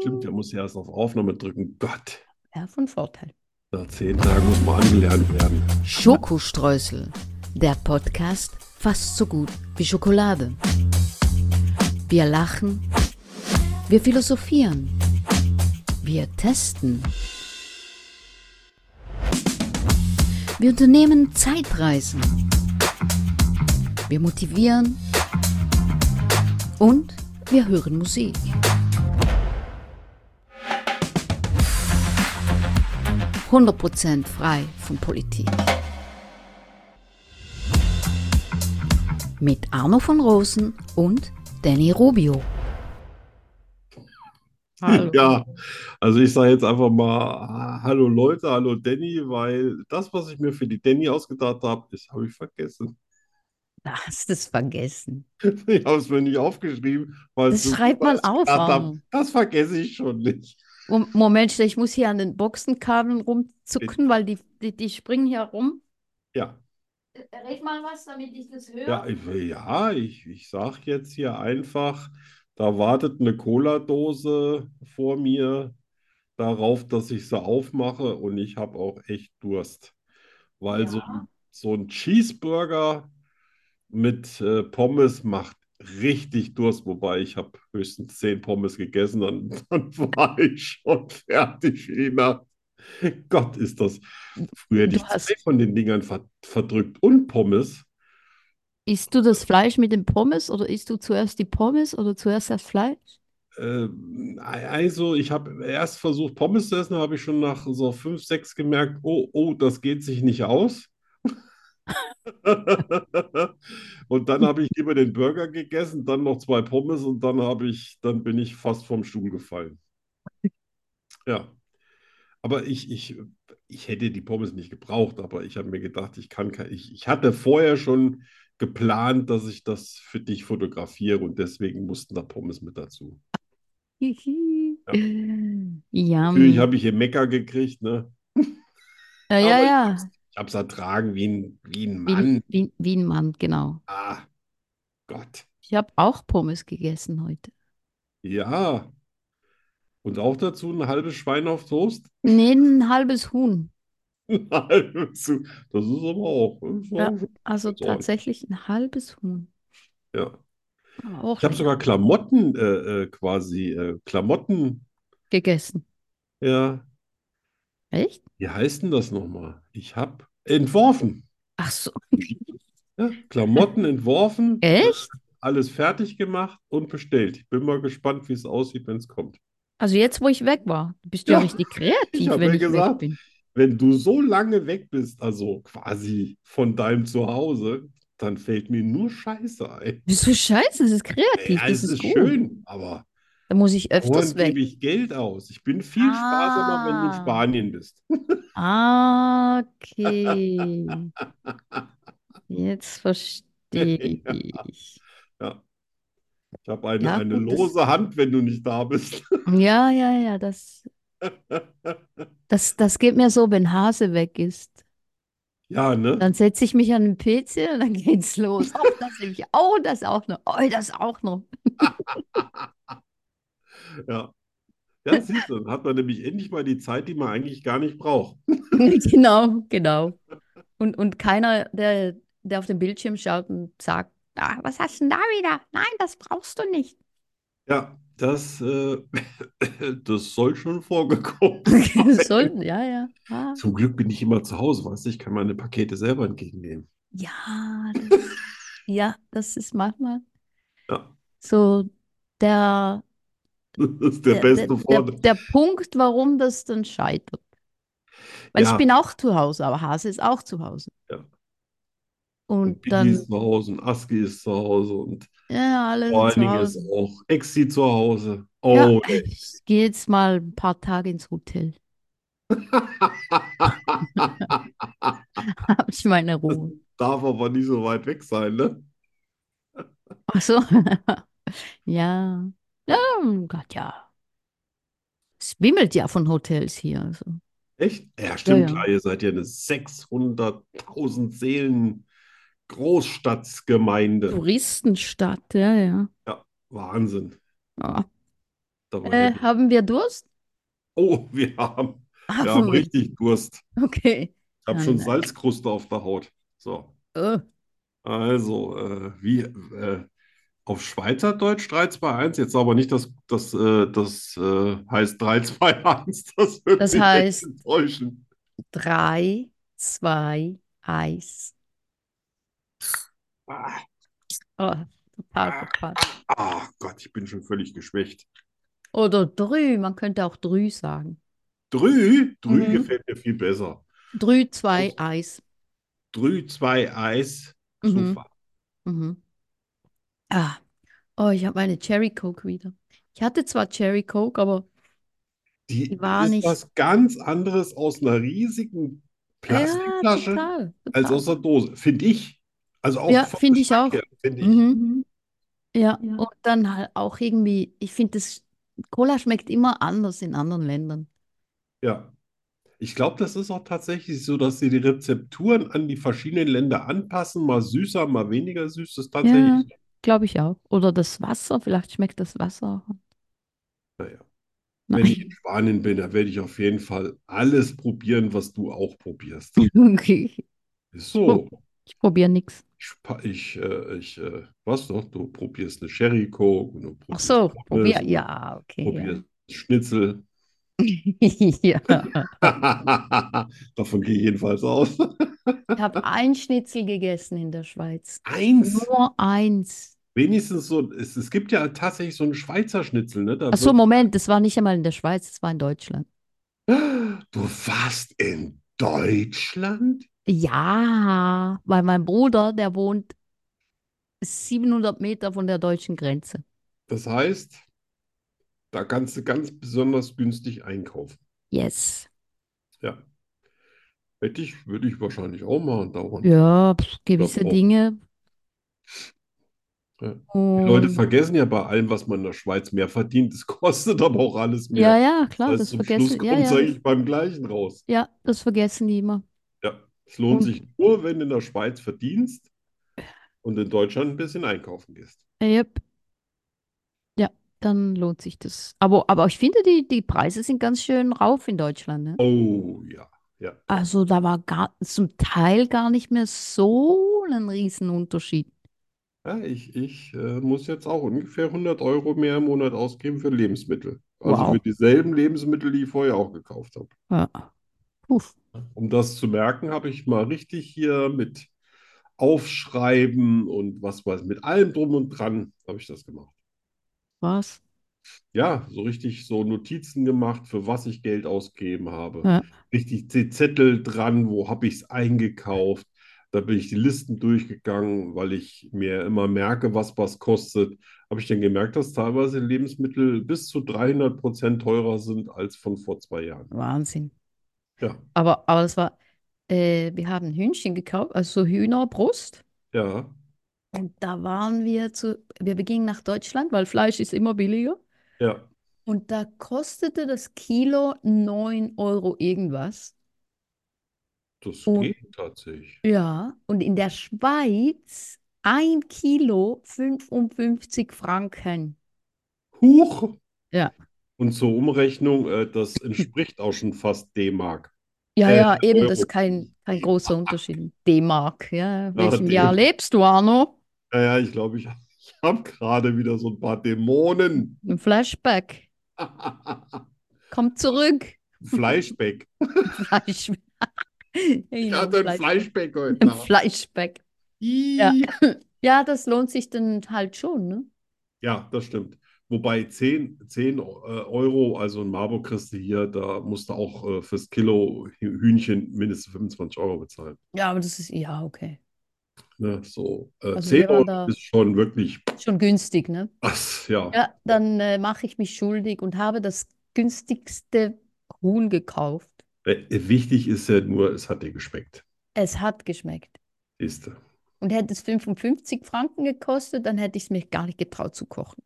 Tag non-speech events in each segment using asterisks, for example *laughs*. Stimmt, der muss ja erst auf Aufnahme drücken. Gott, Ja, von Vorteil. nach zehn Tagen muss man angelernt werden. Schokostreusel, der Podcast fast so gut wie Schokolade. Wir lachen, wir philosophieren, wir testen. Wir unternehmen Zeitreisen. Wir motivieren und wir hören Musik. Prozent frei von Politik. mit Arno von Rosen und Danny Rubio. Hallo. Ja, also ich sage jetzt einfach mal, ah, hallo Leute, hallo Danny, weil das, was ich mir für die Danny ausgedacht habe, das habe ich vergessen. *laughs* Du hast es vergessen. Ich habe es mir nicht aufgeschrieben, weil Das so- schreibt man was ich auf, gedacht hab, Arno. Das vergesse ich schon nicht. Mom- Moment, ich muss hier an den Boxenkabeln rumzucken, weil die, die, die springen hier rum. Ja, Red mal was, damit ich das höre. ja, ich, ja, ich, ich sage jetzt hier einfach, da wartet eine Cola-Dose vor mir darauf, dass ich sie aufmache und ich habe auch echt Durst, weil so, Ja. so ein Cheeseburger mit äh, Pommes macht richtig Durst, wobei ich habe höchstens zehn Pommes gegessen, dann, *laughs* dann war ich schon fertig, Ina. Gott, ist das. Früher hätte Du ich zwei hast- von den Dingern ver verdrückt und Pommes. *laughs* Isst du das Fleisch mit den Pommes oder isst du zuerst die Pommes oder zuerst das Fleisch? Ähm, also, ich habe erst versucht, Pommes zu essen, habe ich schon nach so fünf, sechs gemerkt, oh, oh, das geht sich nicht aus. *laughs* Und dann habe ich lieber den Burger gegessen, dann noch zwei Pommes und dann habe ich, dann bin ich fast vom Stuhl gefallen. Ja. Aber ich, ich, ich hätte die Pommes nicht gebraucht, aber ich habe mir gedacht, ich kann kein, ich, ich hatte vorher schon geplant, dass ich das für dich fotografiere und deswegen mussten da Pommes mit dazu. Hihi. Ja. Natürlich *laughs* Yum. habe ich hier Mecker gekriegt, ne? Ja, ja, aber ich ja. Ich habe es ertragen wie ein, wie ein Wie, ein- Mann. wie, ein- wie ein Mann, genau. Ah, Gott. Ich habe auch Pommes gegessen heute. Ja. Und auch dazu ein halbes Schwein auf Toast. *laughs* Nee, ein halbes Huhn. Ein halbes Zu. Das ist aber auch. das ist Ja. auch- Also So. tatsächlich ein halbes Huhn. Ja. Aber auch Ah. Ich habe lecker. sogar Klamotten äh, äh, quasi. Äh, Klamotten. gegessen. Ja. Echt? Wie heißt denn das nochmal? Ich habe entworfen. Ach so. Ja. *laughs* Klamotten entworfen. Echt? Alles fertig gemacht und bestellt. Ich bin mal gespannt, wie es aussieht, wenn es kommt. *laughs* Also jetzt, wo ich weg war, bist du ja Ja. richtig kreativ, hab wenn ja ich weg gesagt. bin. Wenn du so lange weg bist, also quasi von deinem Zuhause, dann fällt mir nur Scheiße ein. Wieso scheiße? Das ist Ey, kreativ, das es ist ist gut. schön, aber Da muss ich öfters woran weg. gebe ich Geld aus? Ich bin viel sparsamer, wenn du in Ah. Spanien bist. Ah, okay. Jetzt verstehe Ja. ich. Ja. Ich habe eine, Ja, eine gut, das- lose Hand, wenn du nicht da bist. *laughs* Ja, ja, ja, das, das, das geht mir so, wenn Hase weg ist. Ja, ne? Dann setze ich mich an den PC und dann geht's los. Oh, das nehme ich. Oh, das auch noch. Oh, das auch noch. *laughs* Ja. Ja, siehst du, dann hat man nämlich endlich mal die Zeit, die man eigentlich gar nicht braucht. Genau, genau. Und, und keiner, der, der auf den Bildschirm schaut und sagt, ah, was hast du denn da wieder? Nein, das brauchst du nicht. *laughs* Ja, das, äh, *laughs* das soll schon vorgekommen *laughs* Das sollten, ja, ja. Ah, Zum Glück bin ich immer zu Hause, weißt du, ich kann meine Pakete selber entgegennehmen. ja, *laughs* das, ja, das ist manchmal Ja. so der, Das ist der der, beste der, der, Vorteil. der Punkt, warum das dann scheitert. Weil ich Ja. bin auch zu Hause, aber Hase ist auch zu Hause. Ja. Und Und Billy dann, ist zu Hause und Aski ist zu Hause und ja, alle vor sind allen zu Dingen Hause. ist auch Exi zu Hause. Ja, *laughs* Oh, *laughs* ich gehe jetzt mal ein paar Tage ins Hotel. *laughs* Habe ich meine Ruhe. darf aber nicht so weit weg sein, ne? Ach so. *laughs* Ja. Ja, oh Gott, ja. Es wimmelt ja von Hotels hier. Also. Echt? Ja, stimmt, ja. klar, ihr seid ja eine 600.000 Seelen Großstadtgemeinde. Touristenstadt, ja, ja. Wahnsinn. Ja. Dabei Äh, hätte- haben wir Durst? Oh, wir haben, wir haben Haben wir. richtig Durst. Okay. Ich habe Nein, schon nein. Salzkruste auf der Haut. So, Oh, also, äh, wie äh, auf Schweizerdeutsch 3, 2, 1. Jetzt aber nicht, dass das, äh, das äh, heißt 3, 2, 1. *laughs* Das würde Das mich echt heißt- enttäuschen. drei, zwei, eins. Ah, Oh, total verpasst. ah Gott, ich bin schon völlig geschwächt. Oder drü, man könnte auch drü sagen. Drü, Drü Mhm. gefällt mir viel besser. Drü, zwei, eins. Drü, 2, Eis. Mhm. Super. Mhm. Ah. Oh, ich habe meine Cherry Coke wieder. Ich hatte zwar Cherry Coke, aber Die Die war ist nicht- was ganz anderes aus einer riesigen ja, Plastikflasche total, als total. aus der Dose, finde ich. Also auch Ja, vom finde ich Geschmack auch. her, finde ich. Mhm. Ja, Ja. und dann halt auch irgendwie, ich finde, das Cola schmeckt immer anders in anderen Ländern. Ja. Ich glaube, das ist auch tatsächlich so, dass sie die Rezepturen an die verschiedenen Länder anpassen, mal süßer, mal weniger süß. Das ist Ja, tatsächlich. glaube ich auch. Oder das Wasser, vielleicht schmeckt das Wasser auch. Naja. Wenn ich in Nein. Spanien bin, dann werde ich auf jeden Fall alles probieren, was du auch probierst. *laughs* Okay. Ist so. Ich probiere nichts. Ich, pa- ich, äh, ich äh, was noch? Du probierst eine Sherry Coke und du Ach probierst so, Pommes, probier. Ja, okay. probierst Schnitzel. *laughs* *laughs* Ja. Ja. Davon gehe ich jedenfalls aus. Ich habe ein Schnitzel gegessen in der Schweiz. Eins. Nur eins. Wenigstens so, es, es gibt ja tatsächlich so einen Schweizer Schnitzel, ne? Da Ach so, Moment, das war nicht einmal in der Schweiz, das war in Deutschland. wird, du warst in Deutschland? Ja, weil mein Bruder, der wohnt 700 Meter von der deutschen Grenze. Das heißt, da kannst du ganz besonders günstig einkaufen. Yes. Ja. Hätte ich, würde ich wahrscheinlich auch machen dauernd. Ja, pf, gewisse auch. Dinge. oh. Ja. Die Leute Und- vergessen ja bei allem, was man in der Schweiz mehr verdient, es kostet aber auch alles mehr. ja, ja, klar, Also das zum vergessen. Schluss ja, kommt es ja, das, eigentlich beim Gleichen raus. ja, das vergessen die immer. Ja, es lohnt Und- sich nur, wenn du in der Schweiz verdienst und in Deutschland ein bisschen einkaufen gehst. Yep. Ja, dann lohnt sich das. Aber, aber ich finde, die, die Preise sind ganz schön rauf in Deutschland, ne? Oh ja, ja. Also da war gar, zum Teil gar nicht mehr so ein Riesenunterschied. ja ich ich äh, muss jetzt auch ungefähr 100 Euro mehr im Monat ausgeben für Lebensmittel. Also Wow. für dieselben Lebensmittel, die ich vorher auch gekauft habe. Ja. Puff. Um das zu merken, habe ich mal richtig hier mit Aufschreiben und was weiß, mit allem drum und dran habe ich das gemacht. Was? Ja, so richtig so Notizen gemacht, für was ich Geld ausgegeben habe. Ja. Richtig die Zettel dran, wo habe ich es eingekauft. Da bin ich die Listen durchgegangen, weil ich mir immer merke, was was kostet. Habe ich dann gemerkt, dass teilweise Lebensmittel bis zu 300 Prozent teurer sind als von vor zwei Jahren. Wahnsinn. Ja, Aber, aber das war, äh, wir haben Hühnchen gekauft, also so Hühnerbrust. ja, Und da waren wir zu, wir gingen nach Deutschland, weil Fleisch ist immer billiger. ja. Und da kostete das Kilo 9 Euro irgendwas. Das Und- geht tatsächlich. Ja, und in der Schweiz ein Kilo 55 Franken. Huch! Ja. Und zur Umrechnung, äh, das entspricht auch schon fast D-Mark. Ja, Äh, ja, eben, das Euro. ist kein, kein großer Unterschied. D-Mark, ja. In welchem D- Jahr lebst du, Arno? Naja, ich glaube, ich, ich habe gerade wieder so ein paar Dämonen. *laughs* Ein Flashback. Komm zurück. *laughs* Fleischback. Fleisch. Ich Genau, hatte ein Fleisch- Fleischback heute Ein Nacht. Fleischback. Ja. Ih. Ja, das lohnt sich dann halt schon, ne? Ja, das stimmt. Wobei 10, 10 äh, Euro, also in Marburg kriegst du hier, da musst du auch äh, fürs Kilo Hü- Hühnchen mindestens 25 Euro bezahlen. Ja, aber das ist, ja, okay. Ne? So, äh, Also 10 wir waren Euro da- ist schon wirklich, Schon günstig, ne? was, ja. Ja, dann äh, mache ich mich schuldig und habe das günstigste Huhn gekauft. Äh, Wichtig ist ja nur, es hat dir geschmeckt. Es hat geschmeckt. Siehst du. Und hätte es 55 Franken gekostet, dann hätte ich es mir gar nicht getraut zu kochen.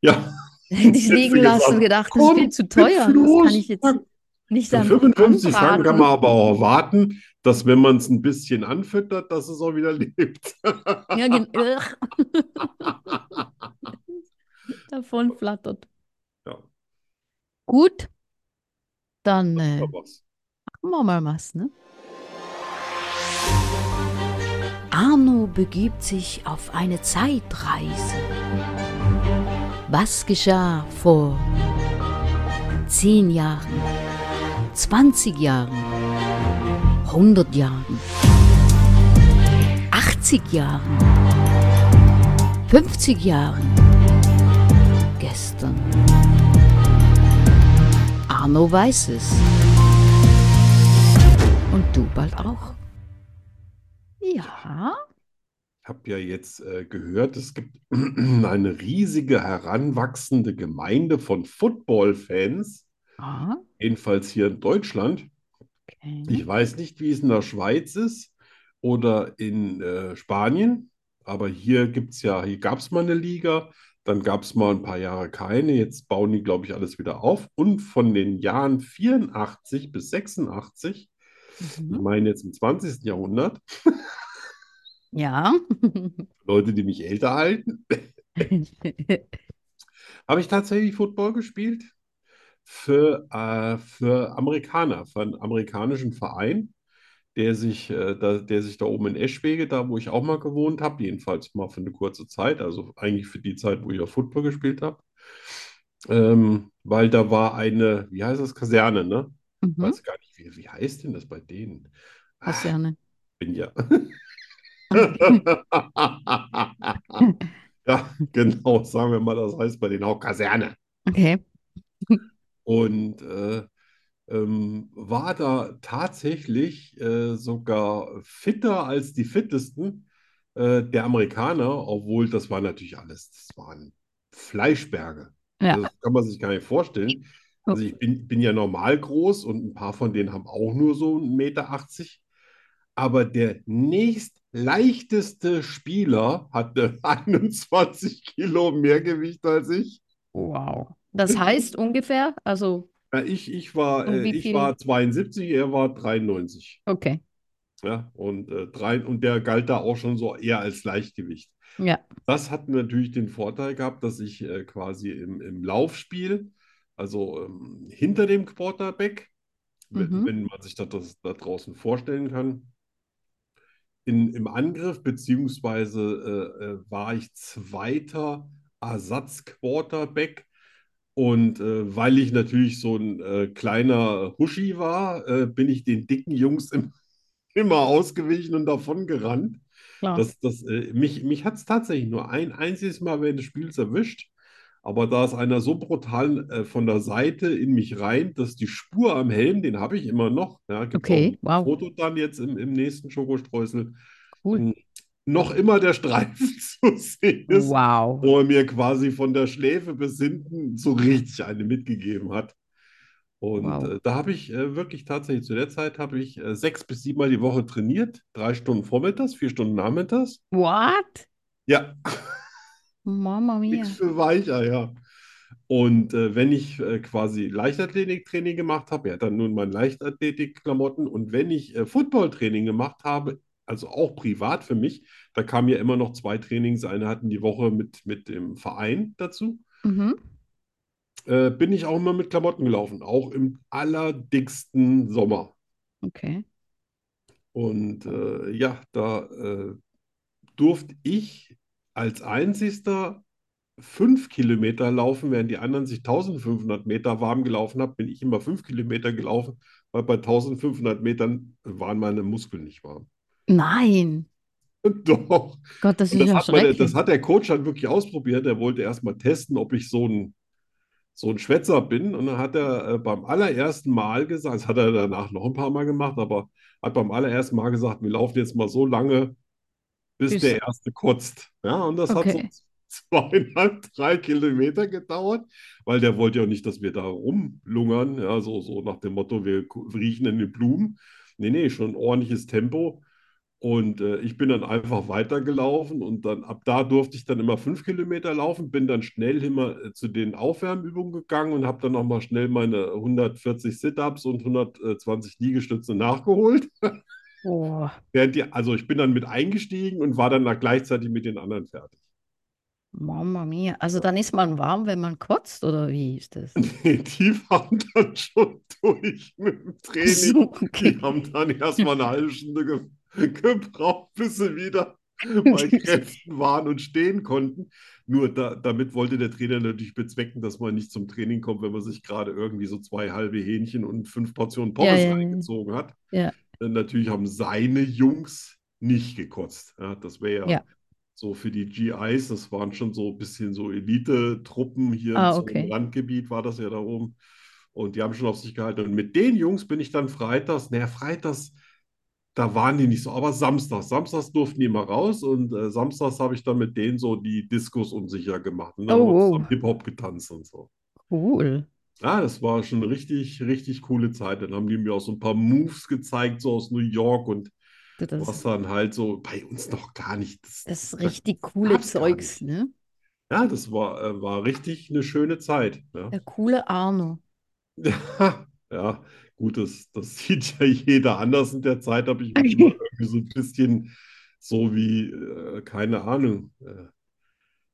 Ja, Hätte ich Hättest es liegen du lassen gesagt, und gedacht, das ist komm, viel zu mit teuer. Das Floß. kann ich jetzt nicht für an, 55 Franken kann anbraten. man aber auch erwarten, dass wenn man es ein bisschen anfüttert, dass es auch wieder *laughs* lebt. *laughs* Ja, gen- Ugh, *laughs* davon flattert. Ja, Gut, dann äh, aber was. machen wir mal was, ne? Arno begibt sich auf eine Zeitreise. Was geschah vor 10 Jahren, 20 Jahren, 100 Jahren, 80 Jahren, 50 Jahren, gestern? Arno weiß es. Und du bald auch. Ja, Ich habe ja jetzt äh, gehört, es gibt *clears throat* eine riesige heranwachsende Gemeinde von Football-Fans, ah, jedenfalls hier in Deutschland. okay. Ich weiß nicht, wie es in der Schweiz ist oder in äh, Spanien, aber hier gibt's ja, hier gab es mal eine Liga, dann gab es mal ein paar Jahre keine. Jetzt bauen die, glaube ich, alles wieder auf. Und von den Jahren 84 bis 86, ich Mhm. meine jetzt im 20. Jahrhundert, Ja. *laughs* Leute, die mich älter halten, habe ich tatsächlich Football gespielt für, äh, für Amerikaner, für einen amerikanischen Verein, der sich, äh, da, der sich da oben in Eschwege, da wo ich auch mal gewohnt habe, jedenfalls mal für eine kurze Zeit, also eigentlich für die Zeit, wo ich ja Football gespielt habe, ähm, weil da war eine, wie heißt das, Kaserne, ne? Mhm. Weiß gar nicht, wie, wie heißt denn das bei denen? Hast Ah, ja eine. bin ja. *laughs* Ja, genau, sagen wir mal, das heißt bei denen auch Kaserne. Okay. und äh, ähm, war da tatsächlich äh, sogar fitter als die fittesten äh, der Amerikaner, obwohl das war natürlich alles, das waren Fleischberge. Also, Ja. Das kann man sich gar nicht vorstellen. Also ich bin, bin ja normal groß und ein paar von denen haben auch nur so 1,80 Meter. Aber der nächstleichteste Spieler hatte *laughs* 21 Kilo mehr Gewicht als ich. Wow. Hm? Das heißt ungefähr, also, Ja, ich, ich war, Und äh, wie ich viel- war 72, er war 93. okay. Ja? Und, äh, drei, und der galt da auch schon so eher als Leichtgewicht. Ja. Das hat natürlich den Vorteil gehabt, dass ich äh, quasi im, im Laufspiel, also ähm, hinter dem Quarterback, w- Mhm. wenn man sich das, das da draußen vorstellen kann, in, im Angriff, beziehungsweise äh, äh, war ich zweiter Ersatzquarterback. Und äh, weil ich natürlich so ein äh, kleiner Huschi war, äh, bin ich den dicken Jungs im, immer ausgewichen und davon gerannt. Klar. Das, das, äh, mich mich hat es tatsächlich nur ein einziges Mal während des Spiels erwischt. Aber da ist einer so brutal äh, von der Seite in mich rein, dass die Spur am Helm, den habe ich immer noch. Ja, gibt auch Okay, ein wow. Foto dann jetzt im, im nächsten Schokostreusel. hm, Cool. Noch immer der Streifen *laughs* zu sehen ist Wow. wo er mir quasi von der Schläfe bis hinten so richtig eine mitgegeben hat. Und Wow. äh, da habe ich äh, wirklich tatsächlich zu der Zeit habe ich äh, sechs bis siebenmal die Woche trainiert, drei Stunden vormittags, vier Stunden nachmittags. What? Ja, Mama mia. nichts für Weicheier. Und äh, wenn ich äh, quasi Leichtathletiktraining gemacht habe, ja, dann nun meine Leichtathletikklamotten. Und wenn ich äh, Footballtraining gemacht habe, also auch privat für mich, da kamen ja immer noch zwei Trainings, eine hatten die Woche mit, mit dem Verein dazu. Mhm. äh, bin ich auch immer mit Klamotten gelaufen, auch im allerdicksten Sommer. Okay. Und äh, ja, da äh, durfte ich als einzigster fünf Kilometer laufen, während die anderen sich 1500 Meter warm gelaufen haben, bin ich immer fünf Kilometer gelaufen, weil bei 1500 Metern waren meine Muskeln nicht warm. *laughs* Nein. Doch. Gott, das Und das ist ja hat, meine, das schrecklich. hat der Coach dann wirklich ausprobiert. Er wollte erstmal testen, ob ich so ein, so ein Schwätzer bin. Und dann hat er äh, beim allerersten Mal gesagt, das hat er danach noch ein paar Mal gemacht, aber hat beim allerersten Mal gesagt, wir laufen jetzt mal so lange, bis Bis- der Erste kotzt. Ja, und das hat so Okay. zweieinhalb, drei Kilometer gedauert, weil der wollte ja nicht, dass wir da rumlungern, ja, so, so nach dem Motto, wir ku- riechen in den Blumen. Nee, nee, schon ein ordentliches Tempo. Und äh, ich bin dann einfach weitergelaufen und dann ab da durfte ich dann immer fünf Kilometer laufen, bin dann schnell immer äh, zu den Aufwärmübungen gegangen und habe dann nochmal schnell meine 140 Sit-Ups und 120 Liegestütze nachgeholt. *laughs* Oh. Während die, also ich bin dann mit eingestiegen und war dann da gleichzeitig mit den anderen fertig. Mama mia. Also dann ist man warm, wenn man kotzt, oder wie ist das? Nee, *laughs* die waren dann schon durch mit dem Training. So, *laughs* okay. Die haben dann erstmal eine halbe Stunde ge gebraucht, bis sie *laughs* wieder bei Kräften waren und stehen konnten. Nur da, damit wollte der Trainer natürlich bezwecken, dass man nicht zum Training kommt, wenn man sich gerade irgendwie so zwei halbe Hähnchen und fünf Portionen Pommes Ja, ja, ja. reingezogen hat. Ja. Denn Äh, natürlich haben seine Jungs nicht gekotzt. Ja, das wäre ja, Ja. so für die GIs, das waren schon so ein bisschen so Elite-Truppen hier Ah, so okay. im Randgebiet, war das ja da oben. Und die haben schon auf sich gehalten. Und mit den Jungs bin ich dann freitags, naja, freitags, da waren die nicht so, aber samstags. Samstags durften die immer raus und äh, samstags habe ich dann mit denen so die Diskos unsicher gemacht. Und dann Oh, haben wir wow. zusammen Hip-Hop getanzt und so. Cool. Ja, das war schon eine richtig, richtig coole Zeit. Dann haben die mir auch so ein paar Moves gezeigt, so aus New York und Du, Das, was dann halt so bei uns noch gar nicht. Das, das das- richtig coole gab's gar Zeugs, ne? ja, das war, äh, war richtig eine schöne Zeit. ne? Ja, Der coole Arno. *laughs* ja gut, das, das sieht ja jeder anders in der Zeit, aber ich mich immer irgendwie so ein bisschen so wie, äh, keine Ahnung, äh,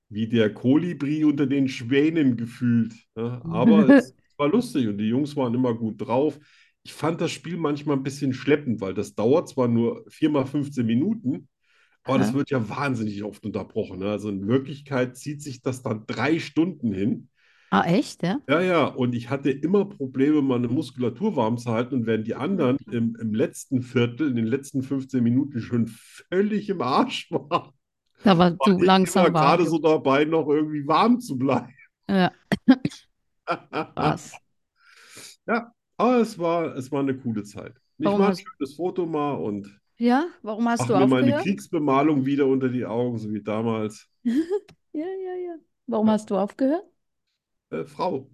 wie der Kolibri unter den Schwänen gefühlt. Ja, aber es war lustig und die Jungs waren immer gut drauf. Ich fand das Spiel manchmal ein bisschen schleppend, weil das dauert zwar nur 4 mal 15 Minuten, aber das Aha. wird ja wahnsinnig oft unterbrochen. Ne? Also in Wirklichkeit zieht sich das dann drei Stunden hin. Ah, echt, ja? Ja, ja, und ich hatte immer Probleme, meine Muskulatur warm zu halten. Und während die anderen Mhm. im, im letzten Viertel, in den letzten 15 Minuten schon völlig im Arsch *laughs* waren, Da war war du ich langsam immer gerade warm. so dabei, noch irgendwie warm zu bleiben. *laughs* Ja, Ah. was? Aber es war, es war eine coole Zeit. Ich Warum mache ein hast- schönes Foto mal und Ja, warum hast mache du mir meine aufgehört? Kriegsbemalung wieder unter die Augen, so wie damals. Ja, ja, ja. Warum Ja. hast du aufgehört? Äh, Frau.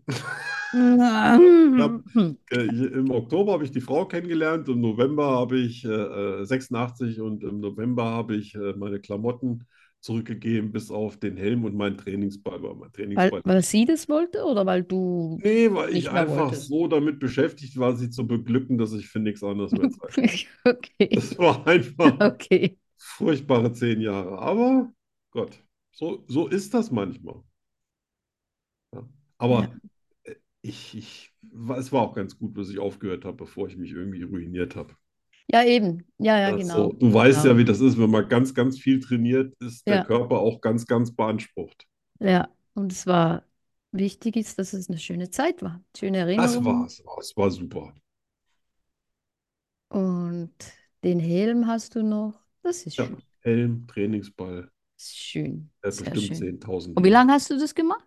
Hm. Äh, ich- Im Oktober habe ich die Frau kennengelernt, im November habe ich äh, äh, 86 und im November habe ich äh, meine Klamotten zurückgegeben, bis auf den Helm und meinen Trainingsball. Weil mein Weil, Trainingsball. weil sie das wollte oder weil du. Nee, weil Nicht ich mehr einfach wolltest. so damit beschäftigt war, sie zu beglücken, dass ich für nichts anderes *laughs* mehr Zeit hatte. Okay, Das war einfach okay. furchtbare zehn Jahre. Aber Gott, so, so ist das manchmal. Ja. Ja. Aber äh, ich, ich, war- es war auch ganz gut, dass ich aufgehört habe, bevor ich mich irgendwie ruiniert habe. Ja, eben. Ja, ja, Also, genau. du weißt ja, Genau. wie das ist, wenn man ganz, ganz viel trainiert, ist der Ja. Körper auch ganz, ganz beansprucht. Ja, und es war wichtig ist, dass es eine schöne Zeit war. Schöne Das Erinnerungen. war's. Oh, es war super. Und den Helm hast du noch. Das ist Ja. schön. Helm, Trainingsball, Das ist schön. äh, Sehr bestimmt schön. 10.000 Und wie lange hast du das gemacht?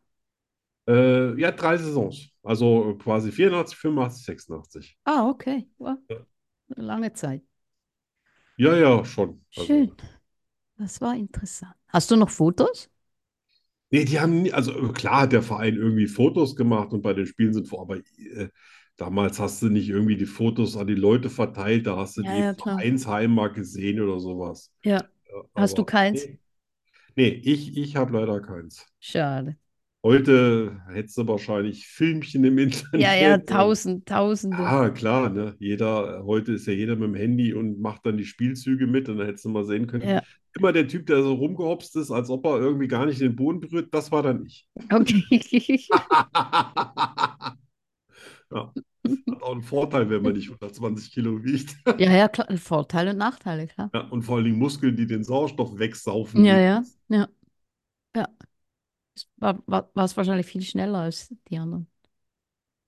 Mal. Äh, ja, drei Saisons. Also äh, quasi 84, 85, 86. Ah, okay. Wow. Ja. Eine lange Zeit. Ja, ja, schon. Also, Schön. Das war interessant. Hast du noch Fotos? nee, die haben, nie- also äh, klar hat der Verein irgendwie Fotos gemacht und bei den Spielen sind vor, aber äh, damals hast du nicht irgendwie die Fotos an die Leute verteilt, da hast du Ja, die ja, im klar. Vereinsheim mal gesehen oder sowas. Ja. Ja, Hast du aber- keins? Nee. Nee, ich, ich habe leider keins. Schade. Heute hättest du wahrscheinlich Filmchen im Internet. Ja, ja, und- tausend, tausende. Ah, klar, ne? Jeder, heute ist ja jeder mit dem Handy und macht dann die Spielzüge mit und dann hättest du mal sehen können. Ja, Immer der Typ, der so rumgehopst ist, als ob er irgendwie gar nicht den Boden berührt, das war dann ich. *laughs* okay. Ja, hat auch einen Vorteil, wenn man nicht 120 Kilo wiegt. *laughs* Ja, ja, klar. Vorteile und Nachteile, klar. Ja, und vor allen Dingen Muskeln, die den Sauerstoff wegsaufen. Ja, ja, ja. Ja. Es War, war, warst wahrscheinlich viel schneller als die anderen.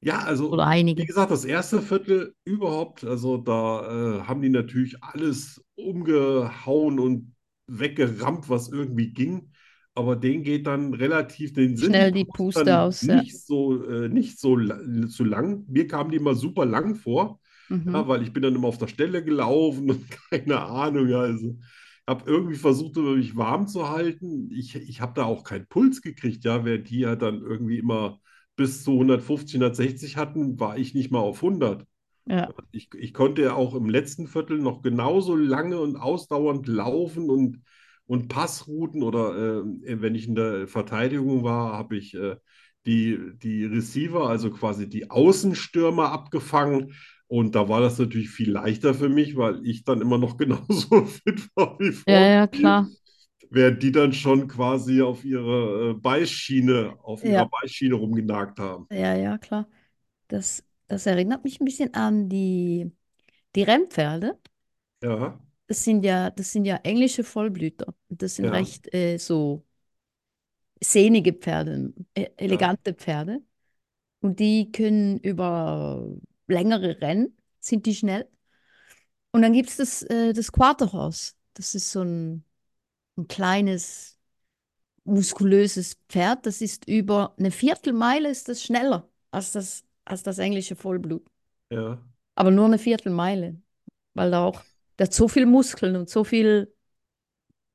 Ja, also. Oder Wie einige. gesagt, das erste Viertel überhaupt, also da äh, haben die natürlich alles umgehauen und weggerammt, was irgendwie ging. Aber denen geht dann relativ den Sinn. Schnell die braucht Puste dann aus, ja. nicht so, äh, nicht so la- zu lang. Mir kamen die immer super lang vor, ja, Mhm. weil ich bin dann immer auf der Stelle gelaufen *laughs* und keine Ahnung. Ja, also habe irgendwie versucht, mich warm zu halten. Ich, ich habe da auch keinen Puls gekriegt, ja, während die ja dann irgendwie immer bis zu 150, 160 hatten, war ich nicht mal auf 100. Ja, Ich, ich konnte ja auch im letzten Viertel noch genauso lange und ausdauernd laufen und, und Passrouten oder äh, wenn ich in der Verteidigung war, habe ich äh, die, die Receiver, also quasi die Außenstürmer abgefangen. Und da war das natürlich *laughs* viel leichter für mich, weil ich dann immer noch genauso fit war wie ja, vorher. ja, klar. während die dann schon quasi auf ihre äh, Beißschiene, auf ihrer Ja. Beißschiene rumgenagt haben. Ja, ja, klar. Das, das erinnert mich ein bisschen an die, die Rennpferde. Ja, Das sind ja, das sind ja englische Vollblüter. Und Das sind Ja. recht äh, so sehnige Pferde, e elegante Pferde. Und die können über längere Rennen, sind die schnell. Und dann gibt es das, äh, das Quarterhorse. Das ist so ein, ein kleines, muskulöses Pferd. Das ist über eine Viertelmeile ist das schneller als das, als das englische Vollblut. ja. Aber nur eine Viertelmeile, weil da auch, der hat so viel Muskeln und so viel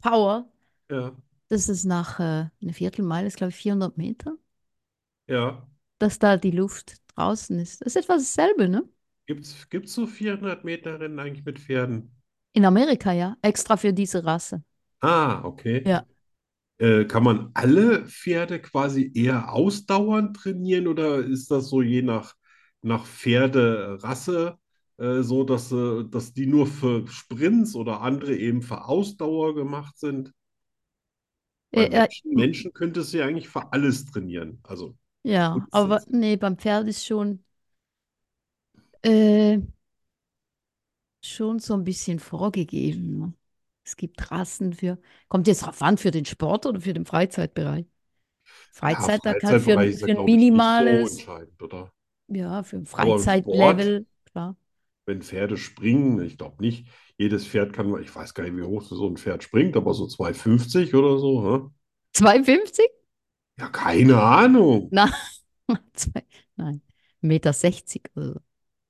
Power, Ja, dass es nach äh, eine Viertelmeile ist, glaube ich, 400 Meter, ja. dass da die Luft draußen ist. Das ist etwa dasselbe, ne? Gibt's, gibt's so 400 Meter Rennen eigentlich mit Pferden? In Amerika, ja, extra für diese Rasse. Ah, okay. Ja. Äh, kann man alle Pferde quasi eher ausdauernd trainieren oder ist das so je nach, nach Pferderasse äh, so, dass, äh, dass die nur für Sprints oder andere eben für Ausdauer gemacht sind? Bei Äh, äh, Menschen, Menschen könnte es ja eigentlich für alles trainieren. Also, ja, gut, aber das- nee, beim Pferd ist schon, äh, schon so ein bisschen vorgegeben. Ne? Es gibt Rassen für, kommt jetzt drauf an, für den Sport oder für den Freizeitbereich? ja, Freizeit, da kann für, Freizeitbereich ein- ist ja, für ein glaube ich, nicht so minimales. entscheidend, oder? Ja, für ein Aber im Sport, Freizeitlevel, klar. wenn Pferde springen, ich glaube nicht, jedes Pferd kann, ich weiß gar nicht, wie hoch so ein Pferd springt, aber so 2,50 oder so, hä? 2,50? Ja, keine Ahnung. *laughs* Nein, zwei, nein, 1,60 Meter oder so.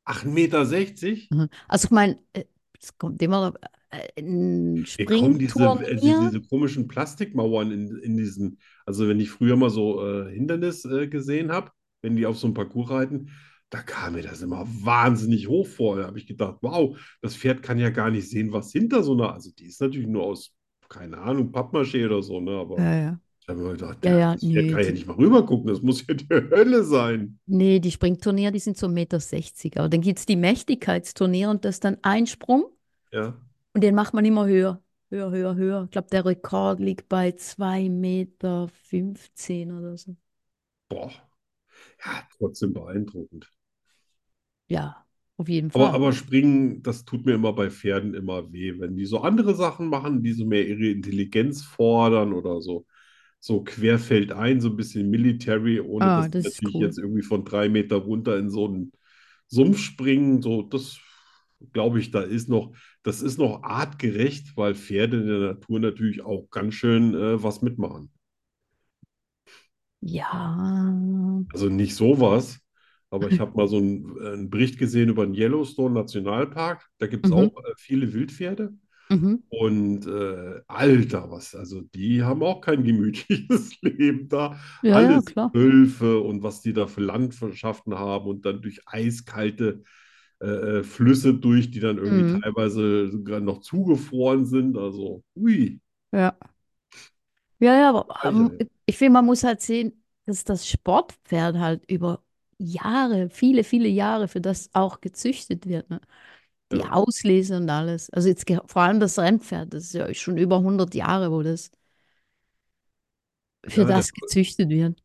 8,60 Meter? Mhm. Also ich meine, äh, es kommt immer drauf- äh, ein Hier kommen diese, äh, die- Springturnier. diese komischen Plastikmauern in, in diesen, also wenn ich früher mal so äh, Hindernis äh, gesehen habe, wenn die auf so einem Parcours reiten, da kam mir das immer wahnsinnig hoch vor. Da habe ich gedacht, wow, das Pferd kann ja gar nicht sehen, was hinter so einer, also die ist natürlich nur aus, keine Ahnung, Pappmaché oder so, ne? Aber Ja, ja. da habe ich mir gedacht, Ja, der, ja, das Pferd nee, kann ja die, nicht mal rübergucken, das muss ja die *laughs* Hölle sein. nee, die Springturnier, die sind so 1,60 Meter. Aber dann gibt es die Mächtigkeitsturnier und das ist dann ein Sprung Ja. und den macht man immer höher. Höher, höher, höher. Ich glaube, der Rekord liegt bei 2,15 Meter oder so. Boah, ja, trotzdem beeindruckend. Ja, auf jeden Aber, Fall. aber springen, das tut mir immer bei Pferden immer weh, wenn die so andere Sachen machen, die so mehr ihre Intelligenz fordern oder so. So querfeldein, so ein bisschen Military, ohne Ah, dass die das ist natürlich cool. jetzt irgendwie von drei Meter runter in so einen Sumpf springen. So, das glaube ich, da ist noch, das ist noch artgerecht, weil Pferde in der Natur natürlich auch ganz schön äh, was mitmachen. Ja. Also nicht sowas, aber Mhm. ich habe mal so einen, äh, einen Bericht gesehen über den Yellowstone Nationalpark. Da gibt es Mhm, auch äh, viele Wildpferde. mhm. Und äh, Alter, was, also die haben auch kein gemütliches *laughs* Leben da. Ja, ja, Alles klar. Wölfe und was die da für Landschaften haben und dann durch eiskalte äh, äh, Flüsse durch, die dann irgendwie Mhm. teilweise sogar noch zugefroren sind. Also, ui, Ja. Ja, ja, aber ähm, Alter. ich finde, man muss halt sehen, dass das Sportpferd halt über Jahre, viele, viele Jahre für das auch gezüchtet wird, ne? Die Ja, Auslese und alles. Also jetzt ge- vor allem das Rennpferd, das ist ja schon über 100 Jahre, wo das für ja, das, das gezüchtet wird. ja,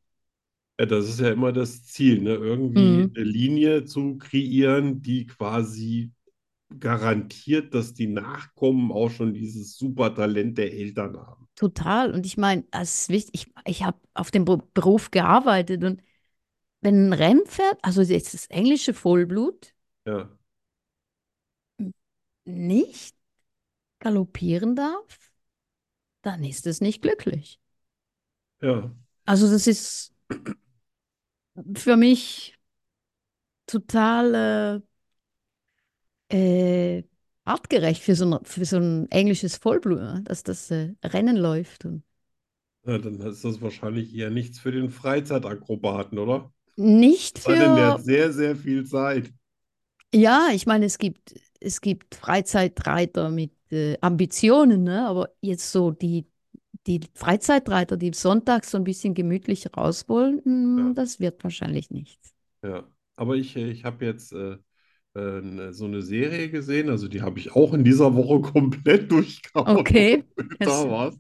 Äh, das ist ja immer das Ziel, ne? Irgendwie Mhm. eine Linie zu kreieren, die quasi garantiert, dass die Nachkommen auch schon dieses Supertalent der Eltern haben. Total. Und ich meine, es ist wichtig, ich, ich habe auf dem Be- Beruf gearbeitet und wenn ein Rennpferd, also jetzt das englische Vollblut, Ja. nicht galoppieren darf, dann ist es nicht glücklich. Ja, Also das ist *clears throat* für mich total äh, äh, artgerecht für so ein, für so ein englisches Vollblut, ne? dass das äh, Rennen läuft. Und na, dann ist das wahrscheinlich eher nichts für den Freizeitakrobaten, oder? nicht Weil denn der für, hat sehr, sehr viel Zeit. ja, ich meine, es gibt, es gibt Freizeitreiter mit äh, Ambitionen, ne? Aber jetzt so die, die Freizeitreiter, die sonntags so ein bisschen gemütlich raus wollen, mm, Ja, das wird *laughs* wahrscheinlich nichts. ja. Aber ich, äh, ich habe jetzt äh, äh, ne- so eine Serie *laughs* gesehen, also die habe ich auch in dieser Woche komplett durchgehauen. Okay, Da yes. *laughs* war's.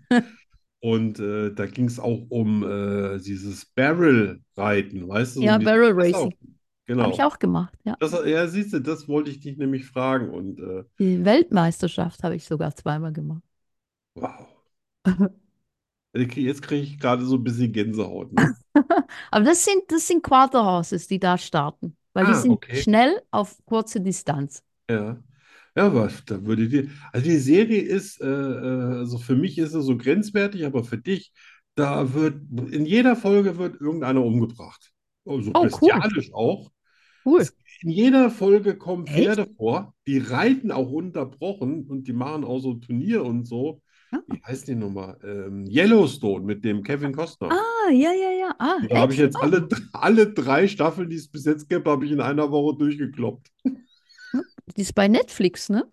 Und äh, da ging es auch um äh, dieses Barrel-Reiten, weißt du? Um so Ja, dieses- Barrel das Racing. auch. Genau. Habe ich auch gemacht, ja. Das, ja, siehst du, das wollte ich dich nämlich fragen. Und äh, Die Weltmeisterschaft habe ich sogar zweimal gemacht. *laughs* wow. Jetzt kriege ich gerade so ein bisschen Gänsehaut. Ne? Aber das sind, das sind Quarterhorses, die da starten, weil die Ah, sind okay. schnell auf kurze Distanz. Ja. Ja, aber da würde dir. Also die Serie ist, äh, äh, also für mich ist sie so grenzwertig, aber für dich, da wird, in jeder Folge wird irgendeiner umgebracht. Oh, So Oh, cool. bestialisch auch. Cool. Es- In jeder Folge kommen Echt? Pferde vor, die reiten auch ununterbrochen und die machen auch so ein Turnier und so. Ah. Wie heißt die nochmal? Ähm, Yellowstone mit dem Kevin Costner. Ah, ja, ja, ja. Ah, Und Da habe ich echt? jetzt alle, alle drei Staffeln, die es bis jetzt gibt, habe ich in einer Woche durchgekloppt. Die ist bei Netflix, ne?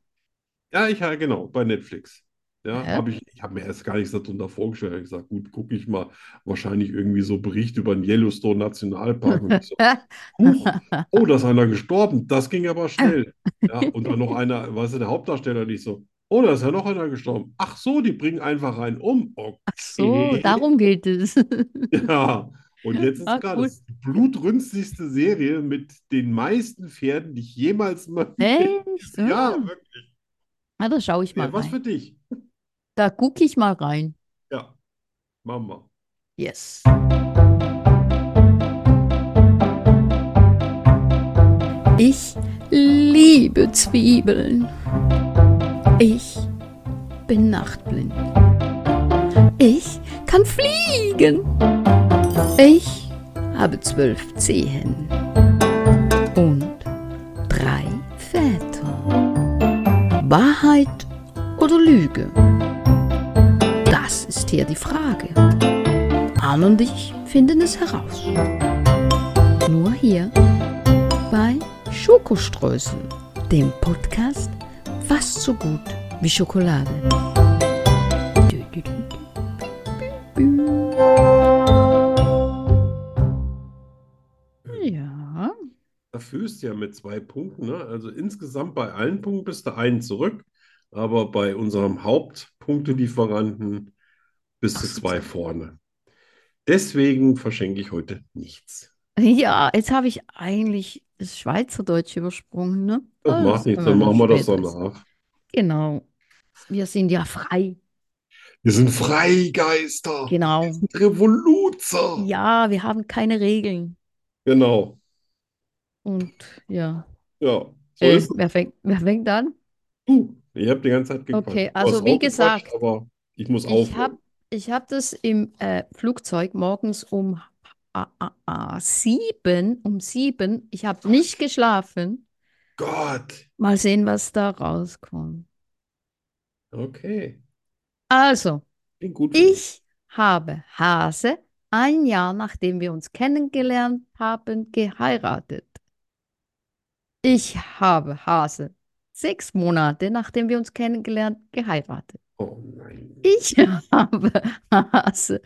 Ja, ich ja, genau, bei Netflix. Ja, Hä? habe ich, ich habe mir erst gar nichts darunter vorgestellt. Ich habe gesagt, gut, gucke ich mal wahrscheinlich irgendwie so Bericht über den Yellowstone Nationalpark. Und ich *laughs* so, huch, oh, da ist einer gestorben. Das ging aber schnell. Ja, und dann noch *laughs* einer, weißt du, der Hauptdarsteller nicht so, oh, da ist ja noch einer gestorben. Ach so, die bringen einfach einen um. Okay. Ach *laughs* so, darum geht es. *laughs* Ja, und jetzt ist Ah, klar, cool. das ist die blutrünstigste Serie mit den meisten Pferden, die ich jemals mal. Echt? Ja, Ah, wirklich. Ah, da schaue ich mal Was für rein. dich? Da gucke ich mal rein. Ja, machen wir. Yes. Ich liebe Zwiebeln. Ich bin nachtblind. Ich kann fliegen. Ich habe zwölf Zehen und drei Väter. Wahrheit oder Lüge? Das ist hier die Frage. Arne und ich finden es heraus. Nur hier bei Schokoströßen, dem Podcast fast so gut wie Schokolade. Dü, dü, dü, dü, dü, dü. Ja. Da führst du ja mit zwei Punkten, ne? Also insgesamt bei allen Punkten bist du einen zurück, aber bei unserem Hauptpunktelieferanten bist du zwei vorne. Deswegen verschenke ich heute nichts. Ja, jetzt habe ich eigentlich das Schweizerdeutsch übersprungen, ne? Das Ah, macht nichts, können dann wir machen wir das später. danach. Genau. Wir sind ja frei. Wir sind Freigeister, Genau. Revoluzer. Ja, wir haben keine Regeln. Genau, Und ja. ja. So Äh, ist es. wer fängt, wer fängt an? Du, ich habe die ganze Zeit gequatscht. Okay, Du also hast wie auch gequatscht, gesagt, aber ich muss Ich aufhören. habe ich hab das im äh, Flugzeug morgens um ah, ah, ah, sieben, um sieben. Ich habe nicht geschlafen. Gott, Mal sehen, was da rauskommt. okay. Also, Klingt gut für mich. ich habe Hase ein Jahr nachdem wir uns kennengelernt haben, geheiratet. Ich habe Hase sechs Monate nachdem wir uns kennengelernt, geheiratet. Oh nein. Ich *laughs* habe Hase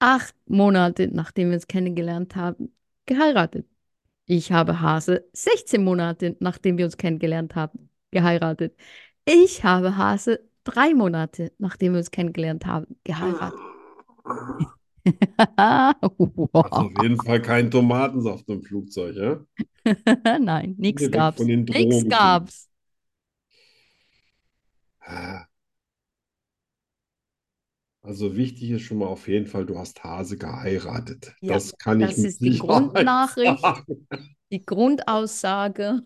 acht Monate, nachdem wir uns kennengelernt haben, geheiratet. Ich habe Hase 16 Monate, nachdem wir uns kennengelernt haben, geheiratet. Ich habe Hase drei Monate, nachdem wir uns kennengelernt haben, geheiratet. Hast Ah, Wow. *laughs* auf jeden Fall keinen Tomatensaft im Flugzeug, ja? Nein, nichts Geh weg gab's. von den Nichts Drogen. gab's. Ah. Also wichtig ist schon mal auf jeden Fall, du hast Hase geheiratet. Ja, das kann ich das mit *laughs* ist die Sicherheit Grundnachricht. sagen. Die Grundaussage.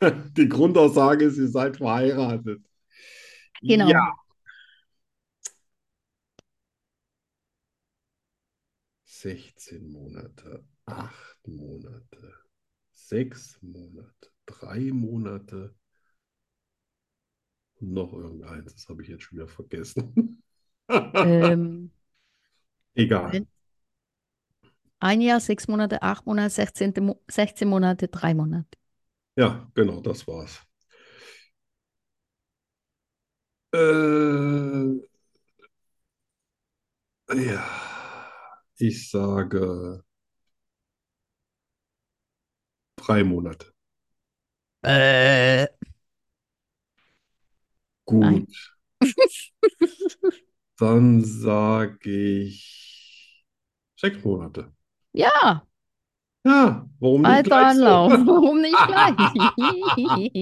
*laughs* Die Grundaussage ist, ihr seid verheiratet. Genau. Ja, Ja, 16 Monate, 8 Monate, 6 Monate, 3 Monate. Und noch irgendeins, das habe ich jetzt schon wieder vergessen. *laughs* Ähm, Egal. ein Jahr, sechs Monate, acht Monate, 16. Mo 16 Monate, drei Monate. Ja, genau, das war's. Äh, ja, ich sage drei Monate. Äh. Gut. *laughs* Dann sage ich sechs Monate. Ja, Ja, warum nicht alter gleich so? *laughs* Anlauf. Warum nicht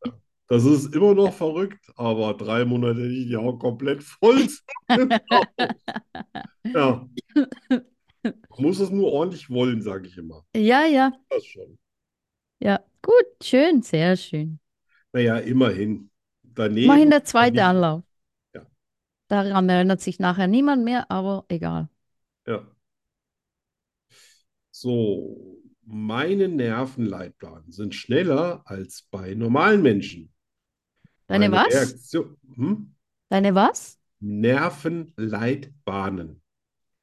gleich? Das ist immer noch verrückt, aber drei Monate hätte ich die auch komplett *laughs* voll. Ja. Man muss es nur ordentlich wollen, sage ich immer. ja, ja, Das schon. ja. Gut, schön, sehr schön. Naja, immerhin. Immerhin Daneben, der zweite daneben. Anlauf. Ja. Daran erinnert sich nachher niemand mehr, aber egal. ja. So, meine Nervenleitbahnen sind schneller als bei normalen Menschen. Deine Meine was? Reaktion, hm? Deine was? Nervenleitbahnen.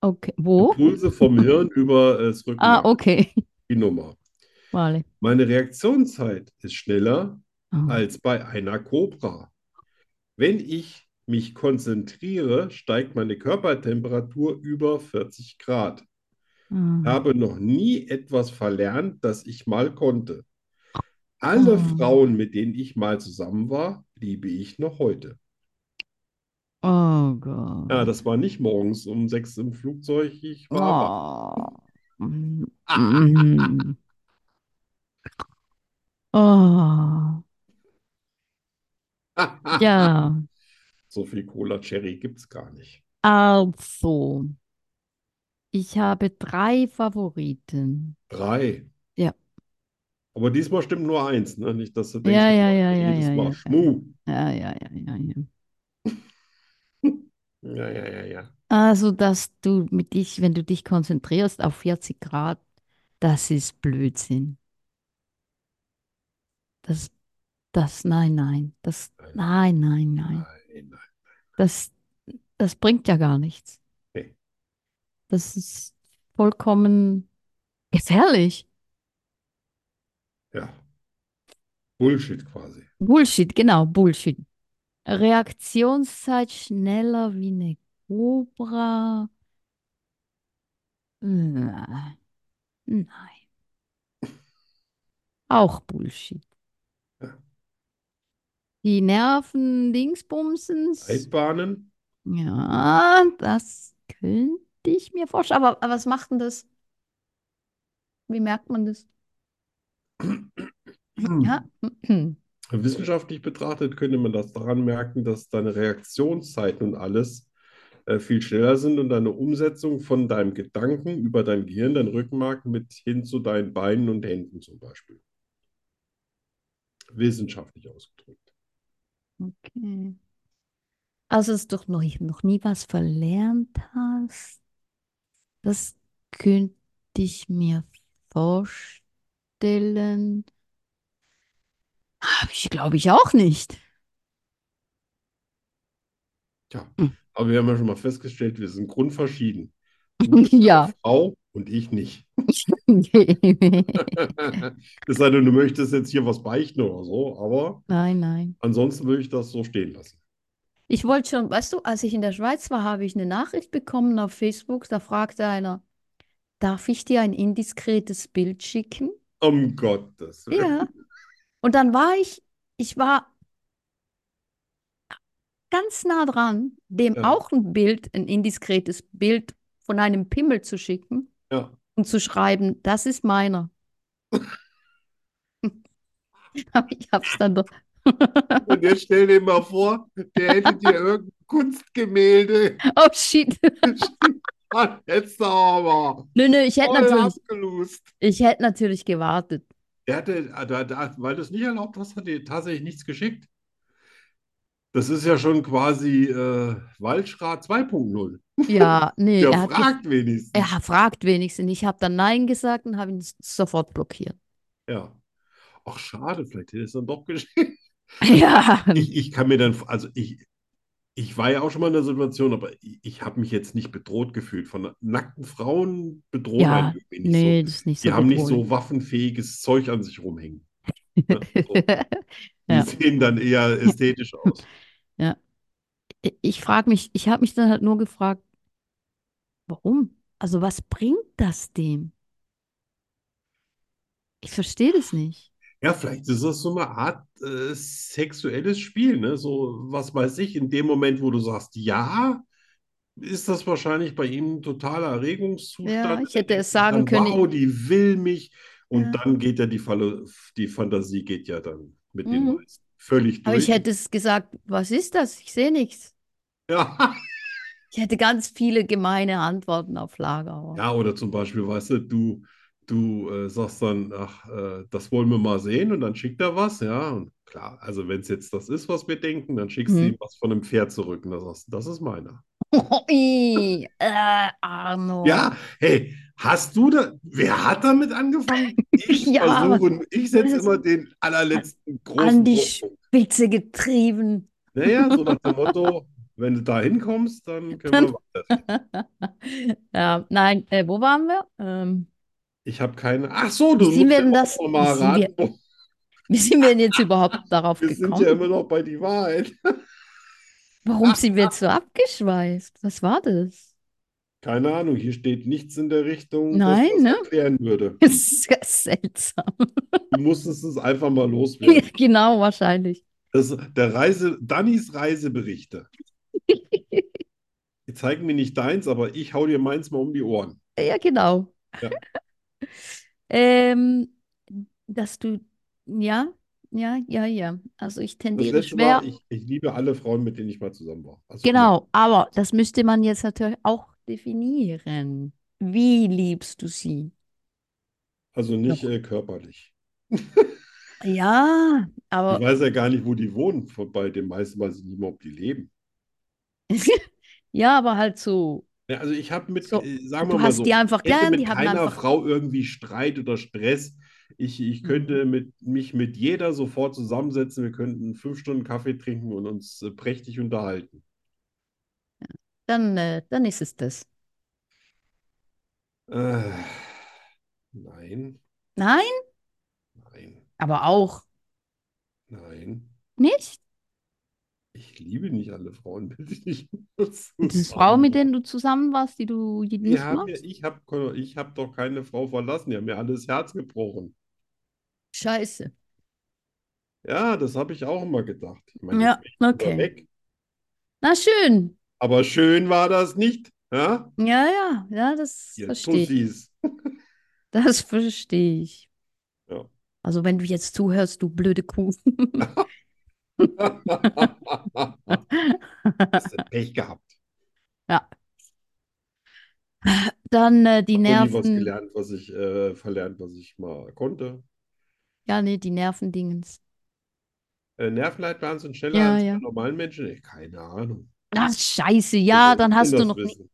Okay. Wo? Impulse vom Hirn über äh, das Oh. Ah, Rückenmark, okay. *laughs* die Nummer. Vale. Meine Reaktionszeit ist schneller Ah. als bei einer Kobra. Wenn ich mich konzentriere, steigt meine Körpertemperatur über 40 Grad. Ah. Habe noch nie etwas verlernt, das ich mal konnte. Alle Ah. Frauen, mit denen ich mal zusammen war, liebe ich noch heute. Oh Ja, Gott. das war nicht morgens um sechs im Flugzeug, ich war wach. Oh. Mm, mm. Oh. *laughs* Ja, So viel Cola Cherry gibt's gar nicht. also, ich habe drei Favoriten. Drei. Ja. Aber diesmal stimmt nur eins, ne? Nicht, dass du denkst, Ja, wir ja, machen ja, ja, jedes ja, Mal ja. Schmuh. Ja, ja, ja, ja, ja. Ja, ja, ja, ja. Also, dass du mit dich, wenn du dich konzentrierst auf 40 Grad, das ist Blödsinn. Das, das, nein, nein, das, Nein, nein, nein, nein. nein, nein. Das, das bringt ja gar nichts. Nee. Das ist vollkommen gefährlich. Ja. Bullshit quasi. Bullshit, genau, Bullshit. Reaktionszeit schneller wie eine Kobra. Nein, *laughs* Äh, nein, auch Bullshit. Ja. Die Nerven Dingsbumsens. Leitbahnen? Ja, das könnte ich mir vorstellen. Aber, aber was macht denn das? Wie merkt man das? Ja. Wissenschaftlich betrachtet könnte man das daran merken, dass deine Reaktionszeiten und alles äh, viel schneller sind und deine Umsetzung von deinem Gedanken über dein Gehirn, dein Rückenmark mit hin zu deinen Beinen und Händen zum Beispiel. Wissenschaftlich ausgedrückt. Okay. Also, dass du noch, noch nie was verlernt hast, das könnte ich mir vorstellen. Habe ich, glaube ich, auch nicht. *laughs* Tja, Hm. aber wir haben ja schon mal festgestellt, wir sind *laughs* grundverschieden. Du bist Ja. *laughs* eine Frau und ich *laughs* nicht. Es sei denn, du möchtest jetzt hier was beichten oder so, aber Nein, nein. ansonsten würde ich das so stehen lassen. Ich wollte schon, weißt du, als ich in der Schweiz war, habe ich eine Nachricht bekommen auf Facebook. Da fragte einer, darf ich dir ein indiskretes Bild *laughs* schicken? Um Gottes Willen. Ja. Und dann war ich, ich war ganz nah dran, dem Ja, auch ein Bild, ein indiskretes Bild von einem Pimmel zu schicken ja. und zu schreiben, das *laughs* ist meiner. *laughs* Aber ich hab's dann doch. Und jetzt stell dir mal vor, der hätte dir irgendein *laughs* Kunstgemälde Oh shit. geschickt. Mann, Hättest du aber Nö, nö, ich hätte voll natürlich, abgelust. ich hätte natürlich gewartet. Der hatte, äh, da, da, weil du es nicht erlaubt hast, hat er dir tatsächlich nichts geschickt. Das ist ja schon quasi äh, Waldschrat 2.0. Ja, nee, Der er hat gef fragt wenigstens. er fragt wenigstens. Ich habe dann Nein gesagt und habe ihn s- sofort blockiert. Ja. Ach, schade, vielleicht hätte es dann doch geschickt. Ja. Ich, ich kann mir dann, also ich, ich war ja auch schon mal in der Situation, aber ich, ich habe mich jetzt nicht bedroht gefühlt. Von nackten Frauen bedrohen einen Ja, irgendwie nicht so. nee, das ist nicht so Die haben nicht bedrohlich. so waffenfähiges Zeug an sich *laughs* rumhängen. Ne? So. Die Ja, sehen dann eher ästhetisch aus. ja. I- Ich frage mich, ich habe mich dann halt nur gefragt, warum? Also was bringt das dem? Ich verstehe das nicht. Ja, vielleicht ist das so eine Art äh, sexuelles Spiel, ne? So, was weiß ich, in dem Moment, wo du sagst, ja, ist das wahrscheinlich bei ihm ein totaler Erregungszustand. ne? Ja, ich hätte es Dann, sagen können. wow, die will mich. Und Ja. dann geht ja die Falle, die Fantasie geht ja dann mit den Mhm. meisten völlig Aber ich durch. hätte es gesagt, was ist das? Ich sehe nichts. *laughs* Ja. Ich hätte ganz viele gemeine Antworten auf Lager. aber- *laughs* ja, oder zum Beispiel, weißt du, du, du äh, sagst dann, ach, äh, das wollen wir mal sehen und dann schickt er was, ja. Und klar, also wenn es jetzt das ist, was wir denken, dann schickst du Mhm. ihm was von einem Pferd zurück und dann sagst du, das ist meiner. Ih, äh, Arno. Ja, hey, hast du da, wer hat damit angefangen? Ich *laughs* Ja, versuche, ich setze das- immer den allerletzten großen An die Druck. Spitze getrieben. Naja, so nach dem Motto, wenn du da hinkommst, dann können wir weiter. Ja, nein, äh, wo waren wir? Ähm, Ich habe keine. Ach so, Wie du sind musst wir ja denn auch das- noch mal wie sind wir- raten. wo- wie sind wir denn jetzt *laughs* überhaupt darauf Wir sind ja gekommen? immer noch bei die Wahrheit. Warum sind wir jetzt so abgeschweift? Was war das? *laughs* Keine Ahnung, hier steht nichts in der Richtung, dass Nein, das ne? erklären würde. Das ist ganz seltsam. Du musstest es einfach mal Ja, *laughs* loswerden. genau, wahrscheinlich. Das, der Reise, Dannys Reiseberichte. Die zeigen mir nicht deins, aber ich hau dir meins mal um die Ohren. Ja, genau. Ja. *laughs* Ähm, dass du, ja, ja, ja, ja. Also ich Das tendiere letzte schwer. Mal, ich, ich liebe alle Frauen, mit denen ich mal zusammen war. Also Genau, aber das müsste man jetzt natürlich auch definieren. Wie liebst du sie? Also nicht äh, körperlich. Ja, Ich aber weiß ja gar nicht, wo die wohnen. Von- Bei den meisten weiß ich nicht mal, ob die leben. *laughs* ja, aber halt so. Ja, also ich habe mit, So, äh, sagen wir Du mal hast so, die einfach ich hätte gern, mit die haben keiner einfach. Frau irgendwie Streit oder Stress. Ich, ich Mhm. könnte mit, mich mit jeder sofort zusammensetzen. Wir könnten fünf Stunden Kaffee trinken und uns äh, prächtig unterhalten. Dann, äh, dann ist es das. Äh, nein, Nein, nein, aber auch nein. nicht. Ich liebe nicht alle Frauen, *laughs* mit denen ich mal Und diese zusammen Frau, mit war. denen du zusammen warst, die du je- Die nicht haben ja, magst. ich habe ich hab doch keine Frau verlassen, die haben mir alles Herz gebrochen. Scheiße. Ja, das habe ich auch immer gedacht. Ich meine, Ja, jetzt bin ich drüber okay. weg. Na schön. Aber schön war das nicht. Ja? Ja, ja, ja, das Ihr verstehe ich. Tussis. Das verstehe ich. Ja. Also wenn du jetzt zuhörst, du *laughs* blöde Kuh. *laughs* Hast du Pech gehabt. Dann äh, die Hab noch nie was Nerven. gelernt, was ich äh, verlernt, was ich mal konnte. Ja, nee, die Nervendingens. Äh, Nervenleitbahnen sind schneller Ja, als bei ja. normalen Menschen. Ey, keine Ahnung. Ach, scheiße. Ja, Woher dann soll Also, ich hast denn das du noch nie, wissen?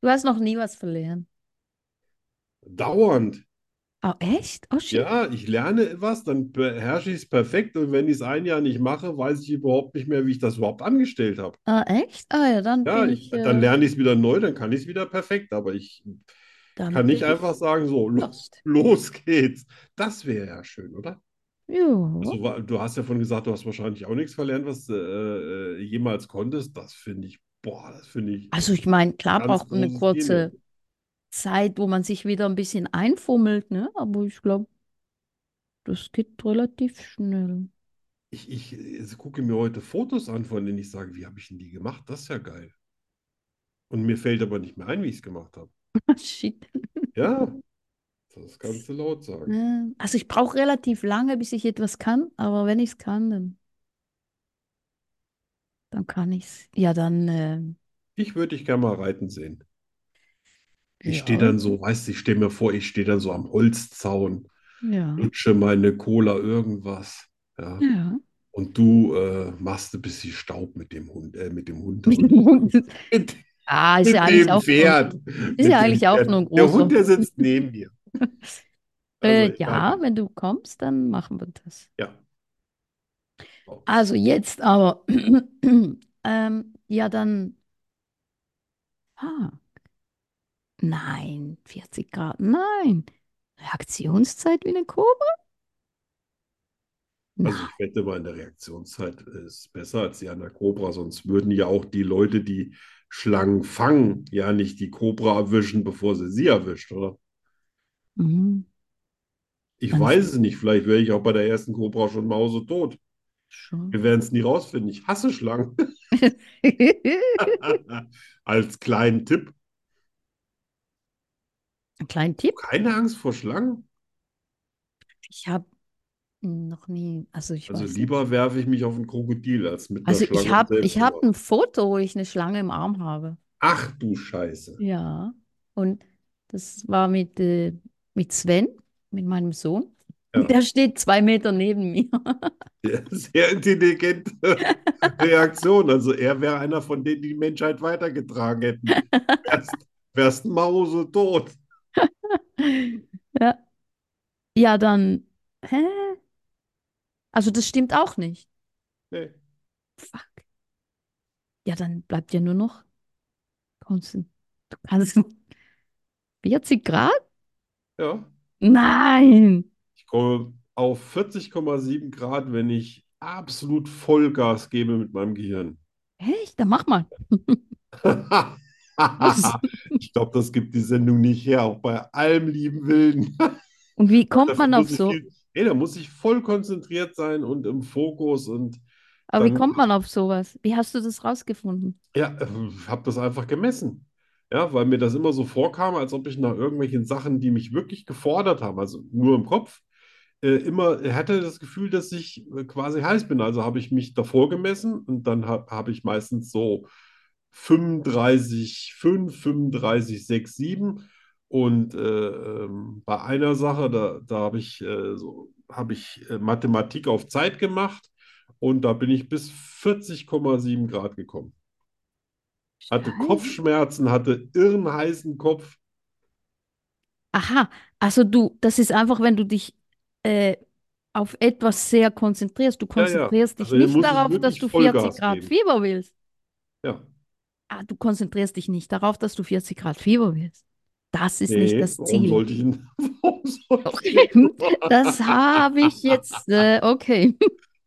du hast noch nie was verlernt. Dauernd. Oh, echt? Oh, shit. Ja, ich lerne was, dann beherrsche ich es perfekt und wenn ich es ein Jahr nicht mache, weiß ich überhaupt nicht mehr, wie ich das überhaupt angestellt habe. Ah, echt? Ah, ja, dann Ja, bin ich, ich, dann äh, lerne ich es wieder neu, dann kann ich es wieder perfekt, aber ich dann kann nicht bin ich einfach sagen, so, lo- lost. los geht's. Das wäre ja schön, oder? Ja. Also, wa- du hast ja vorhin gesagt, du hast wahrscheinlich auch nichts verlernt, was du äh, äh, jemals konntest. Das finde ich, boah, das finde ich Also ich meine, klar ganz braucht man eine großes Genie. kurze Zeit, wo man sich wieder ein bisschen einfummelt, ne? Aber ich glaube, das geht relativ schnell. *laughs* Ich, ich, äh, gucke mir heute Fotos an, von denen ich sage, wie habe ich denn die gemacht? Das ist ja geil. Und mir fällt aber nicht mehr ein, wie ich es gemacht habe. Ah, Shit. Ja, das kannst du laut sagen. Ja. Also ich brauche relativ lange, bis ich etwas kann, aber wenn ich es kann, dann, dann kann ich es. Ja, dann, äh, Ich würde dich gerne mal reiten sehen. Ich stehe ja, dann so, weißt du, ich stelle mir vor, ich stehe dann so am Holzzaun, *laughs* ja, lutsche meine Cola, irgendwas. Ja. ja. Und du äh, machst ein bisschen Staub mit dem Hund, äh, mit dem Hund. Mit Mit, dem Hund. *laughs* mit Ah, ist ja eigentlich dem auch nur, Pferd. ist Mit ja dem eigentlich auch Pferd. nur ein Der großer. Hund, der sitzt neben mir. Also, *laughs* Äh, ich ja, meine, wenn du kommst, dann machen wir das. ja. Also jetzt aber, *clears throat* ähm, ja, dann, ah, nein, 40 Grad, nein. Reaktionszeit wie eine Kurve? Also Nein. ich wette mal, in der Reaktionszeit ist besser als die an der Kobra, sonst würden ja auch die Leute, die Schlangen fangen, ja nicht die Kobra erwischen, bevor sie sie erwischt, oder? Mhm. Ich Dann ist, *laughs* Also weiß es nicht, vielleicht wäre ich auch bei der ersten Kobra schon mausetot. Schon. Wir werden es nie rausfinden. Ich hasse Schlangen. *laughs* Ein Als kleinen Tipp, kleiner Tipp. keine Angst vor Schlangen. Ich habe noch nie, also ich Also weiß nicht. lieber werfe ich mich auf ein Krokodil, als mit einer Also Schlange ich habe selbst ich zu hab machen. ein Foto, wo ich eine Schlange im Arm habe. Ach du Scheiße. Ja. Und das war mit, äh, mit Sven, mit meinem Sohn. Ja. Und der steht zwei Meter neben mir. Ja, Sehr intelligente *laughs* Reaktion. Also er wäre einer von denen, die die Menschheit weitergetragen hätten. *laughs* Wärst, wärst mausetot. *laughs* Ja. Ja, dann. Hä? Also das stimmt auch nicht. Nee. Fuck. Ja, dann bleibt ja nur noch. Konstant. Du kannst *laughs* 40 Grad? Ja. Nein! Ich komme auf 40,7 Grad, wenn ich absolut Vollgas gebe mit meinem Gehirn. Echt? Dann mach mal. *laughs* Ich glaube, das gibt die Sendung nicht her, auch bei allem lieben Willen. Und wie kommt Dafür man muss auf ich so? viel- Nee, da muss ich voll konzentriert sein und im Fokus und Aber wie dann- kommt man auf sowas? Wie hast du das rausgefunden? Ja, äh, ich habe das einfach gemessen. Ja, weil mir das immer so vorkam, als ob ich nach irgendwelchen Sachen, die mich wirklich gefordert haben, also nur im Kopf, äh, immer hatte das Gefühl, dass ich äh, quasi heiß bin. Also habe ich mich davor gemessen und dann habe hab ich meistens so 35, 5, 35, 6, 7. Und äh, ähm, bei einer Sache, da, da habe ich, äh, so, hab ich äh, Mathematik auf Zeit gemacht und da bin ich bis 40,7 Grad gekommen hatte Mhm. Kopfschmerzen, hatte irren heißen Kopf. Aha, also du, das ist einfach, wenn du dich äh, auf etwas sehr konzentrierst. Du Ja, ja. konzentrierst dich Also hier nicht muss ich darauf, dass wirklich du 40 Vollgas Grad geben. Fieber willst. Ja, Ah, du konzentrierst dich nicht darauf, dass du 40 Grad Fieber willst. Das ist nicht nee, das warum *laughs* Ziel. sollte ich ihn? *laughs* Warum sollte Okay, ich das habe ich jetzt. Äh, okay,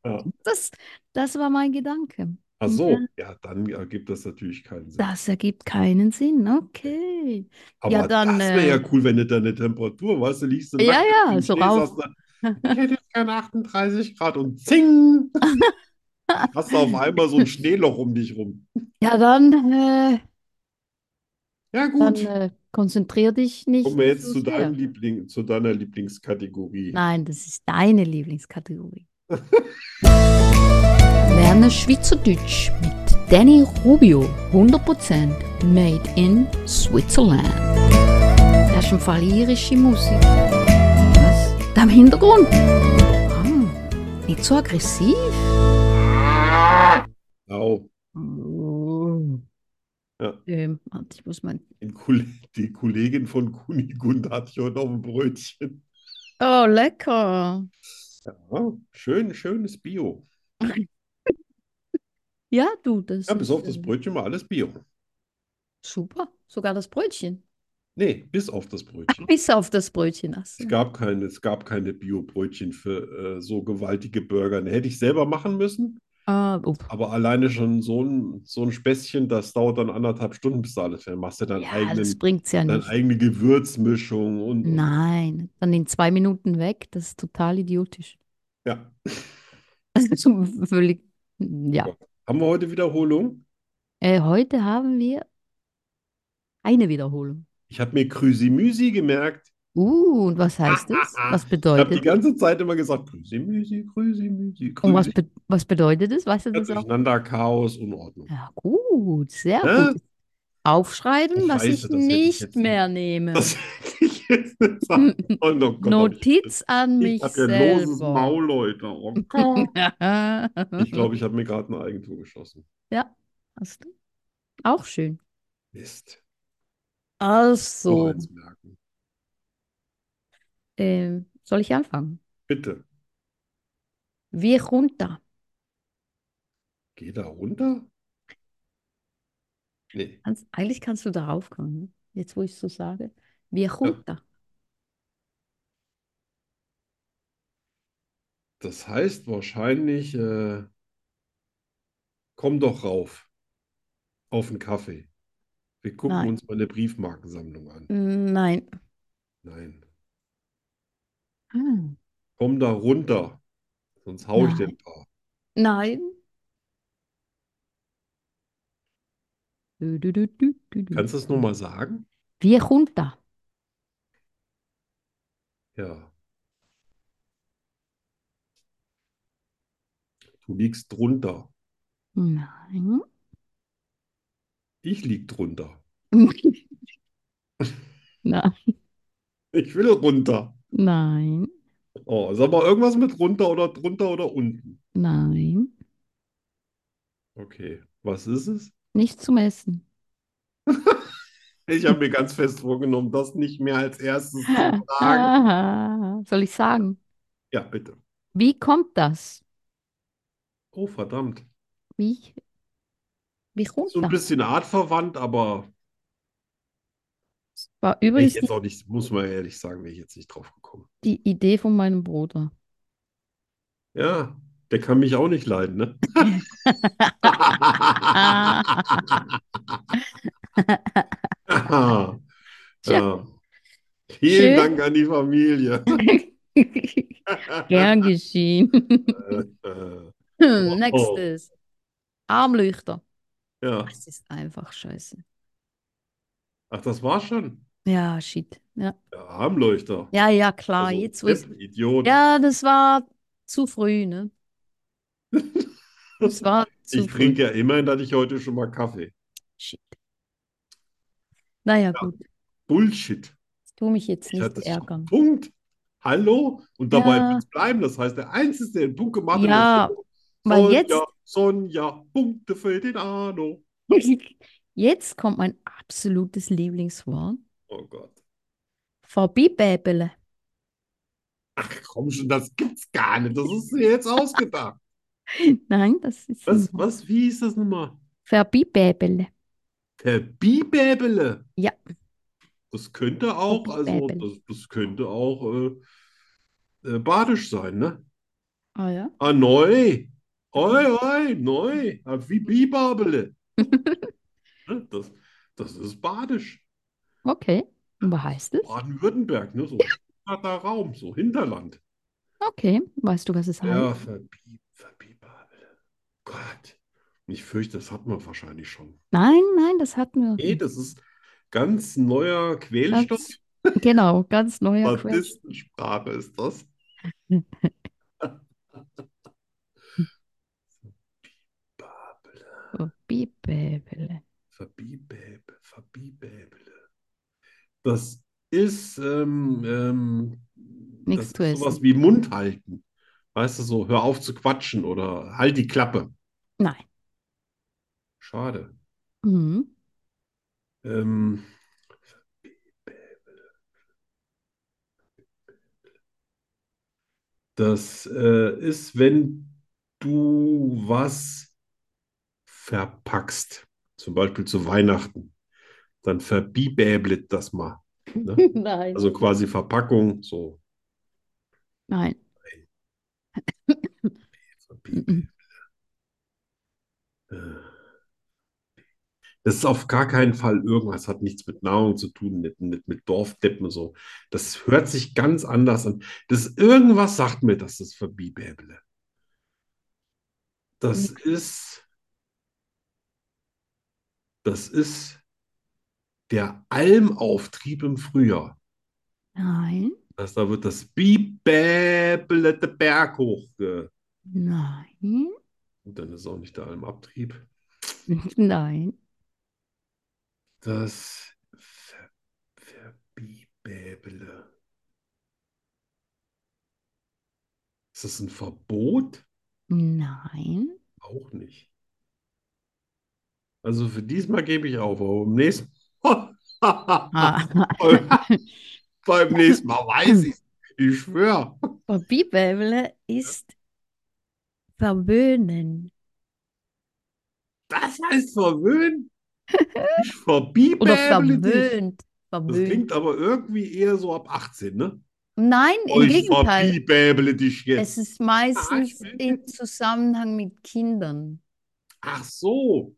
Ja. das, das war mein Gedanke. Ach Mhm. so, ja, dann ergibt das natürlich keinen Sinn. Das ergibt keinen Sinn. Okay. ja, Aber dann, das wäre äh, ja cool, wenn du deine Temperatur, weißt du, liegst du Ja, nackt ja, im so Schnee, rauf. sagst du, ich hätte jetzt gerne 38 Grad und *laughs* zing, hast du auf einmal so ein Schneeloch um dich rum. Ja, dann, äh, Ja, dann gut. äh, konzentrier dich nicht Kommen wir jetzt so zu deinem sehr. Liebling, zu deiner Lieblingskategorie. Nein, das ist deine Lieblingskategorie. Lerne Schweizerdeutsch mit Danny Rubio. 100% made in Switzerland. Das ist im Fall irische Musik. Was? Da im Hintergrund? Ah, nicht so aggressiv. Au, Oh. Ja. Ähm, warte, ich muss mein. die Kol- die Kollegin von Kunigund hatte ich heute auf dem Brötchen. Oh, lecker. Ja, schön, schönes Bio. Ja, du, das Ja, bis ist auf das äh, Brötchen war alles Bio. super. Sogar das Brötchen. *laughs* Nee, bis auf das Brötchen. Bis auf das Brötchen. Ach so. Es gab keine, es gab keine Bio-Brötchen für äh, so gewaltige Burger. Ne, Hätte ich selber machen müssen, Ah, up. aber alleine schon so ein, so ein Späßchen, das dauert dann anderthalb Stunden, bis du alles fertig machst. Du deinen Ja, das eigenen, bringt's ja deine nicht. eigene Gewürzmischung und, und Nein, dann in zwei Minuten weg. Das ist total idiotisch. *laughs* ja. Das ist so völlig. Ja. Haben wir heute Wiederholung? Äh, heute haben wir eine Wiederholung. Ich habe mir Krüsi-Müsi gemerkt. Uh, und was heißt es? *laughs* Was Ich habe die bedeutet es? ganze Zeit immer gesagt, Krüsi-Müsi, Krüsi-Müsi, Und was, Krüsi. be was bedeutet es? Weißt du das auch? Durcheinander, Chaos, Unordnung. Ja, gut, sehr Ne? gut. Aufschreiben, Ich was weiß, ich das hätte ich nicht jetzt mehr nehme. *laughs* Das hätte ich jetzt nicht sagen sollen. Oh Gott, hab ich Hm. Notiz an ich mich habe ja ein loses selber. *laughs* Mhm. Maul, Leute. Oh Gott. Ich Ja, glaube, ich habe mir gerade ein Eigentor geschossen. hast du? Auch schön. Mist. Oh, Noch Also, eins merken. ähm, soll ich anfangen? Bitte. Wie runter? Geh da runter? Nee. Kannst, eigentlich kannst du darauf kommen, ne? jetzt wo ich so sage. Wie runter? Das heißt wahrscheinlich, äh, komm doch rauf auf den Kaffee. Wir gucken Nein. uns mal eine Briefmarkensammlung an. Nein. Nein. Hm. Ah. Komm da runter, sonst hau ich dir Nein. ein paar. Nein. Du, du, du, du, du, du. Kannst du es nochmal sagen? Wie kommt da? Ja. Du liegst drunter. Nein. Ich lieg drunter. Nein. Ich will runter. Nein. Oh, sag mal irgendwas mit runter oder drunter oder unten. Nein. Okay. Was ist es? Nicht zum Essen. *laughs* Ich habe mir ganz fest vorgenommen, das nicht mehr als erstes zu sagen. Aha. Ah, Soll ich sagen? Ja, bitte. Wie kommt das? Oh, verdammt. Wie? Wie kommt So ein das? bisschen artverwandt, aber Das War wäre ich übrigens jetzt auch nicht, muss man ehrlich sagen, wäre ich jetzt nicht drauf gekommen. die Idee von meinem Bruder. Ja, der kann mich auch nicht leiden, *laughs* ne? Ja. Vielen Schön. Dank an die Familie. *laughs* *laughs* Gern geschehen. Äh, Hm, *laughs* Nächstes. Armleuchter. ja. Das ist einfach scheiße. Ach, das war schon. Ja, shit. Ja, Der Armleuchter. ja, ja, klar. Also, Jetzt, wo ich's- Tipp, Idiot. Ja, das war zu früh, ne? Das war zu *laughs* Ich früh. trinke ja immerhin, hatte ich heute schon mal Kaffee. Shit. Naja, gut. Bullshit. Ich tue mich jetzt Ich nicht hatte es- ärgern. Punkt. Hallo? Und dabei Ja. wird's bleiben. Das heißt, der Einzige, der den Punkt gemacht hat, Ja, ist weil Sonja, jetzt- Sonja, Punkte für den Arno. *laughs* Jetzt kommt mein absolutes Lieblingswort. Oh Gott. Vorbeibäbele. Ach komm schon, das gibt's gar nicht. Das ist mir jetzt ausgedacht. Nein, das *laughs* ist Was, ein Wort. was, wie ist das nochmal? Vorbeibäbele. Der Bibäbele. Ja. Das könnte auch, also, Bibäbele. das, das könnte auch äh, äh, badisch sein, ne? Ah ja. Ah, neu. Oi, oi, neu. Ah, Wie Bibabele. Ne? Das, das ist badisch. Okay. Und was heißt es? Baden-Württemberg, ne? So *laughs* harter Raum, so Hinterland. Okay. Weißt du, was es Ja, heißt? verbieb, verbibabele. Gott. Ich fürchte, das hat man wahrscheinlich schon. Nein, nein, das hatten wir. Nee, das ist ganz neuer Quälstoff. Mhm. Ganz, *laughs* genau, ganz neuer *laughs* Quatsch. Statistensprache ist das. Babele, Bibele. Verbibäbe, Verbibäbele. Das ist, ähm, ähm, Nix das zu ist sowas essen. wie Mund halten. Weißt du, so, hör auf zu quatschen oder halt die Klappe. Nein. Schade. Mhm. Ähm, das äh, ist, wenn du was verpackst, zum Beispiel zu Weihnachten, dann verbibäblet das mal. Ne? Nein. Also quasi Verpackung, so. Nein. Mhm. Äh, Das ist auf gar keinen Fall irgendwas, hat nichts mit Nahrung zu tun, nicht, nicht mit Dorfdeppen und so. Das hört sich ganz anders an. Das irgendwas sagt mir, dass das Verbibäble. Das ist, das ist der Almauftrieb im Frühjahr. Nein. Das, da wird das Bibäble der Berg hoch. Und Nein. dann ist auch nicht der Almabtrieb. Nein. Das Ver Verbibäbele. Ist das ein Verbot? Nein. Auch nicht. Also für diesmal gebe ich auf, aber beim nächsten Ah, Mal. Ah. *laughs* *laughs* Beim nächsten Mal weiß ich Ich schwöre. Vorbeibäbele ist verwöhnen. Das heißt verwöhnen. Ich verbibäble Oder dich. verwöhnt. Das Verwöhnt. klingt aber irgendwie eher so ab 18, ne? Nein, im Ich Gegenteil. verbibäble dich jetzt. Es ist meistens will im Zusammenhang mit Kindern. Ach so.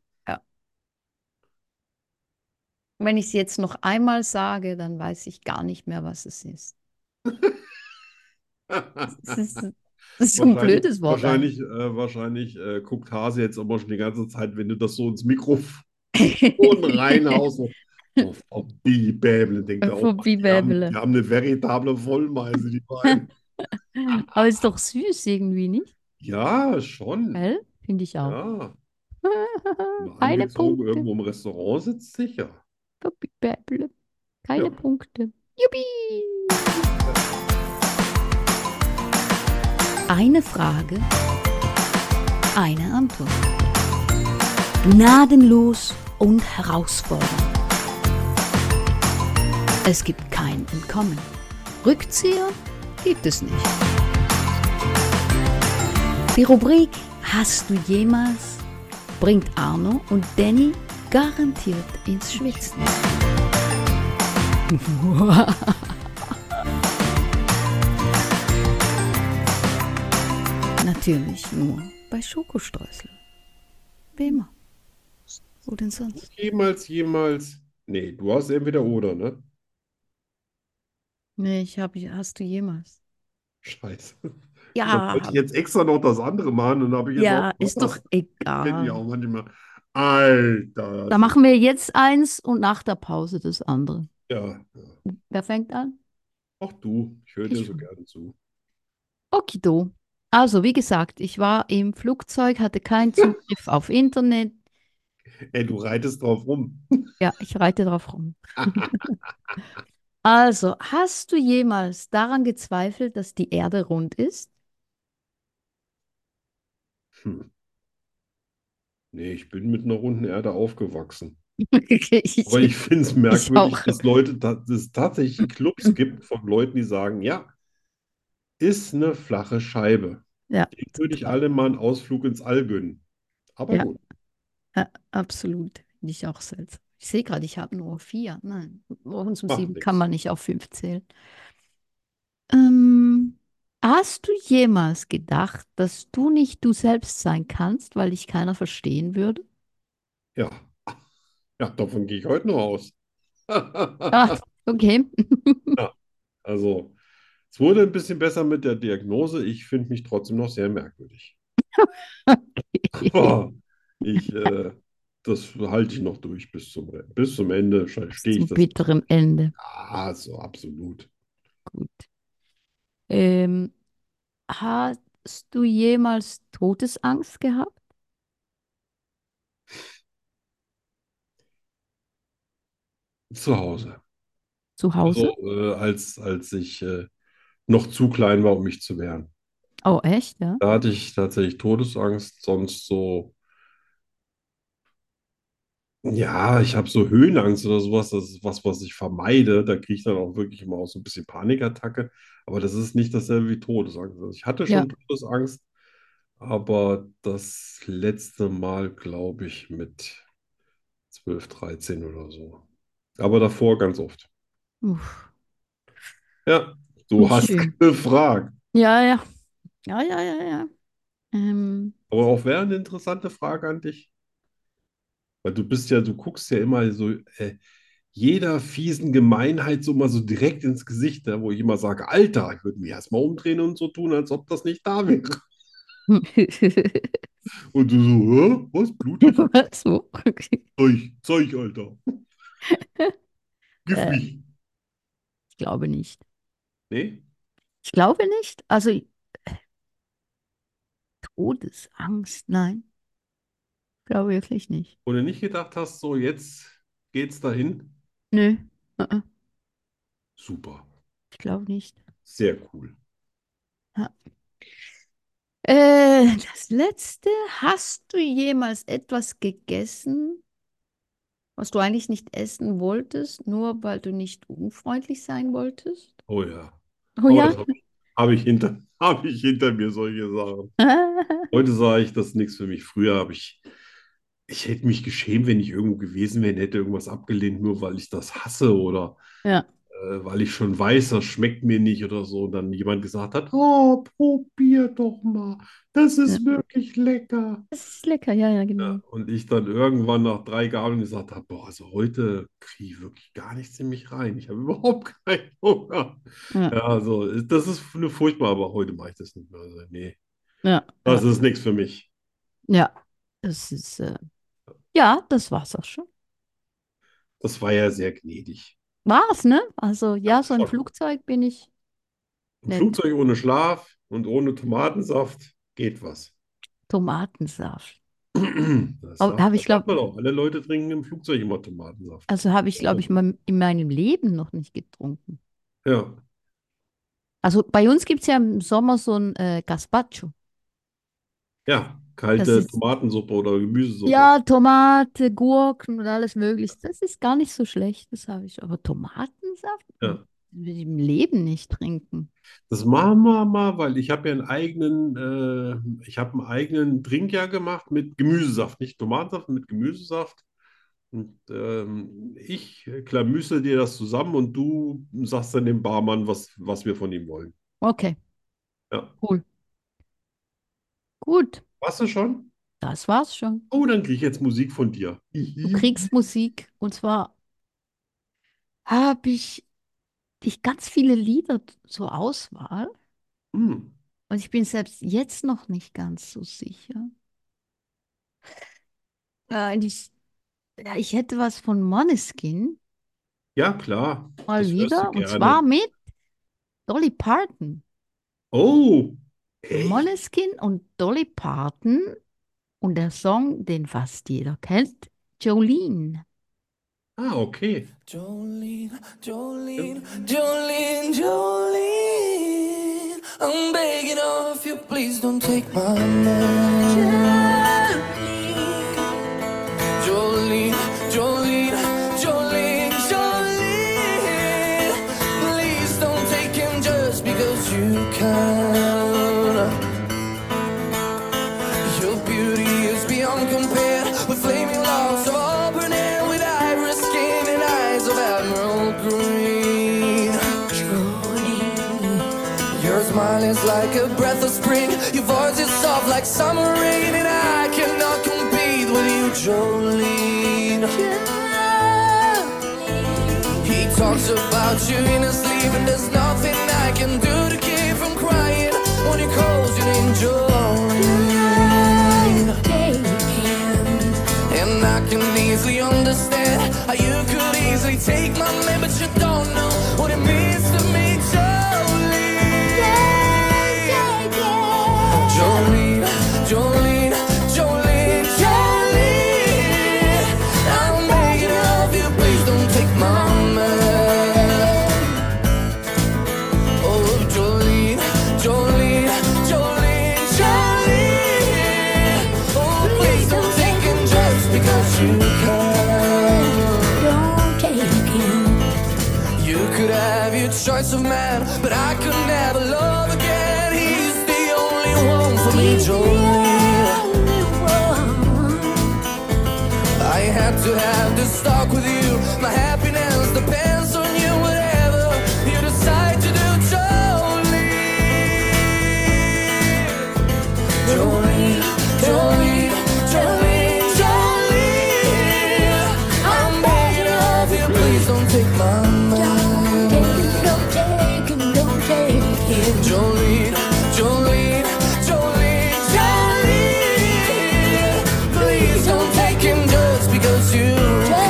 Wenn ich es jetzt noch einmal sage, *laughs* dann weiß ich gar nicht mehr, was es ist. Es ist, Das ist so ein blödes Wort. Wahrscheinlich, äh, wahrscheinlich äh, guckt Hase jetzt aber schon die ganze Zeit, wenn du das so ins *laughs* Mikrofon reinhaust. so, Oh, Frau Bibäble, denkt er Frau auch. Bibäble. Die haben, die haben eine veritable Vollmeise, die *laughs* beiden. Aber ist doch süß irgendwie, nicht? Ja, schon. Gell? Finde ich auch. *laughs* Ja. Mal Keine angezogen, Genau. Punkte. irgendwo im Restaurant sitzt sicher. Bäble. Keine Ja. Punkte. Juppie! Eine Frage, eine Antwort. Gnadenlos und herausfordernd. Es gibt kein Entkommen. Rückzieher gibt es nicht. Die Rubrik Hast du jemals bringt Arno und Danny garantiert ins Schwitzen. *laughs* Natürlich nur bei Schokostreusel. Wie immer. Wo denn sonst? Jemals, jemals. Nee, du hast entweder oder, ne? Nee, ich habe, hast du jemals? Scheiße. Da Ja, wollte ich jetzt extra noch das andere machen und habe ich jetzt ja, auch ist doch Das kenn ich egal. auch manchmal. Alter. Ah. Da machen wir jetzt eins und nach der Pause das andere. Ja. Wer fängt an? Auch du. Ich höre dir Ich- so gerne zu. Okido. Also, wie gesagt, ich war im Flugzeug, hatte keinen Zugriff auf Internet. Ey, du reitest drauf rum. *laughs* Ja, ich reite drauf rum. *laughs* Also, hast du jemals daran gezweifelt, dass die Erde rund ist? Hm. Nee, ich bin mit einer runden Erde aufgewachsen. Ich, Aber ich finde es merkwürdig, auch. dass Leute, dass es tatsächlich *laughs* Clubs gibt von Leuten, die sagen, ja, ist eine flache Scheibe. *laughs* Ja, Dem würde ich alle mal einen Ausflug ins All gönnen. Aber Ja. gut. absolut. Finde Ich auch seltsam. Ich sehe gerade, ich habe nur vier. Nein, morgens um Macht sieben nichts. kann man nicht auf fünf zählen. Ähm, hast du jemals gedacht, dass du nicht du selbst sein kannst, weil dich keiner verstehen würde? Ja. Ja, davon gehe ich heute noch aus. *laughs* Ah, okay. Also, es wurde ein bisschen besser mit der Diagnose. Ich finde mich trotzdem noch sehr *laughs* merkwürdig. *laughs* Aber ich, äh, das halte ich noch durch bis zum, bis zum Ende. Stehe Zum ich das. bitterem Ende. Ah, so absolut. Gut. Ähm, hast du jemals Todesangst gehabt? Zu Hause. Zu Hause? Also, äh, als, als ich äh, noch zu klein war, um mich zu wehren. Oh, echt, ja? Da hatte ich tatsächlich Todesangst, sonst so. Ja, ich habe so Höhenangst oder sowas. Das ist was, was ich vermeide. Da kriege ich dann auch wirklich immer auch so ein bisschen Panikattacke. Aber das ist nicht dasselbe wie Todesangst. Also ich hatte schon Todesangst, aber das letzte Mal, glaube ich, mit 12, 13 oder so. Aber davor ganz oft. Uff. Ja, du hast Schön. gefragt. Ja, ja. Ja, ja, ja, ja. Ähm, *laughs* Aber auch wäre eine interessante Frage an dich. Weil du bist ja, du guckst ja immer so äh, jeder fiesen Gemeinheit so mal so direkt ins Gesicht, ne, wo ich immer sage, Alter, ich würde mich erstmal umdrehen und so tun, als ob das nicht da wäre. Und du so, Hä? was blutet so. euch? Zeug, Alter. Gib Äh. mich. Ich glaube nicht. Nee? Ich glaube nicht. Also, äh, Todesangst, nein. Ich glaube wirklich nicht. Wo du nicht gedacht hast, so jetzt geht's dahin. Nö, äh, Super. ich glaube nicht. Sehr cool. Äh, das letzte, hast du jemals etwas gegessen, was du eigentlich nicht essen wolltest, nur weil du nicht unfreundlich sein wolltest? Oh ja. Oh Aber ja. das habe ich, hab ich, hinter- *laughs* hab ich hinter mir solche Sachen. Heute sage ich, das ist nichts für mich. Früher habe ich, ich hätte mich geschämt, wenn ich irgendwo gewesen wäre und hätte irgendwas abgelehnt, nur weil ich das hasse oder Ja. äh, weil ich schon weiß, das schmeckt mir nicht oder so. Und dann jemand gesagt hat, oh, probier doch mal, das ist wirklich lecker. *laughs* Das ist lecker, ja, ja, genau. Ja, und ich dann irgendwann nach drei Gabeln gesagt habe, boah, also heute kriege ich wirklich gar nichts in mich rein. Ich habe *laughs* überhaupt keinen Hunger. Ja. Ja, also ist- das ist eine furchtbar, aber heute mache ich das nicht mehr. Also, nee, Ja, das ist nichts für mich. ja, das ist, äh, ja, das war's auch schon. Das war ja sehr gnädig. War's, ne? Also, ja, so ein schon. Flugzeug bin ich. Ein Nett. Flugzeug ohne Schlaf und ohne Tomatensaft geht was. *clears throat* Tomatensaft. Das Aber sagt- habe ich, das sagt glaub- man auch. Alle Leute trinken im Flugzeug immer Tomatensaft. Also habe ich, glaube ich, mein- in meinem Leben noch nicht getrunken. Ja. Also bei uns gibt es ja im Sommer so ein äh, Gazpacho. Ja, kalte Das ist- Tomatensuppe oder Gemüsesuppe. Ja, Tomate, Gurken und alles Mögliche. Das ist gar nicht so schlecht, das habe ich. Aber Tomatensaft Ja. will ich im Leben nicht trinken. Das machen wir mal, weil ich habe ja einen eigenen, äh, ich habe einen eigenen Drink ja gemacht mit Gemüsesaft, nicht Tomatensaft, mit Gemüsesaft. Und ähm, ich klamüsel dir das zusammen und du sagst dann dem Barmann, was, was wir von ihm wollen. Okay, Ja. cool. Gut, Warst du schon? das war's schon. Oh, dann kriege ich jetzt Musik von dir. *laughs* Du kriegst Musik und zwar habe ich, ich ganz viele Lieder zur Auswahl. Hm. Und ich bin selbst jetzt noch nicht ganz so sicher. Äh, und ich, ja, ich hätte was von Måneskin Ja, klar. mal Das hörst du wieder. Und gerne. zwar mit Dolly Parton. Oh, echt? Måneskin und Dolly Parton und der Song, den fast jeder kennt, Jolene. Ah, okay. Jolene, Jolene, Jolene, Jolene. I'm begging of you, please don't take my mind. Jolene, Jolene, Jolene, Jolene. Please don't take him just because you can. Your beauty is beyond compare with flaming locks of auburn hair, with iris skin and eyes of emerald green. Your smile is like a breath of spring. Your voice is soft like summer rain, and I cannot compete with you, Jolene. He talks about you in his sleep, and there's nothing I can do to keep from crying when he calls your name, Jolene. And I can easily understand how you could easily take my man, but you don't know what it means to me, Jolene. Jolene, Jolene, Jolene, Jolene. I'm begging of you, please don't take my man. Oh, Jolene, Jolene, Jolene, Jolene. Oh, please don't take him just because you can. You could have your choice of man, but I could never love again. He's the only one for me, Jolene. I had to have this talk with you. My happiness depends on you, whatever you decide to do, Jolene. Jolene, Jolene, Jolene, Jolene. I'm begging of you, please don't take my mind. Jolene, Jolene, Jolene, Jolene. Please don't take him just because you. can.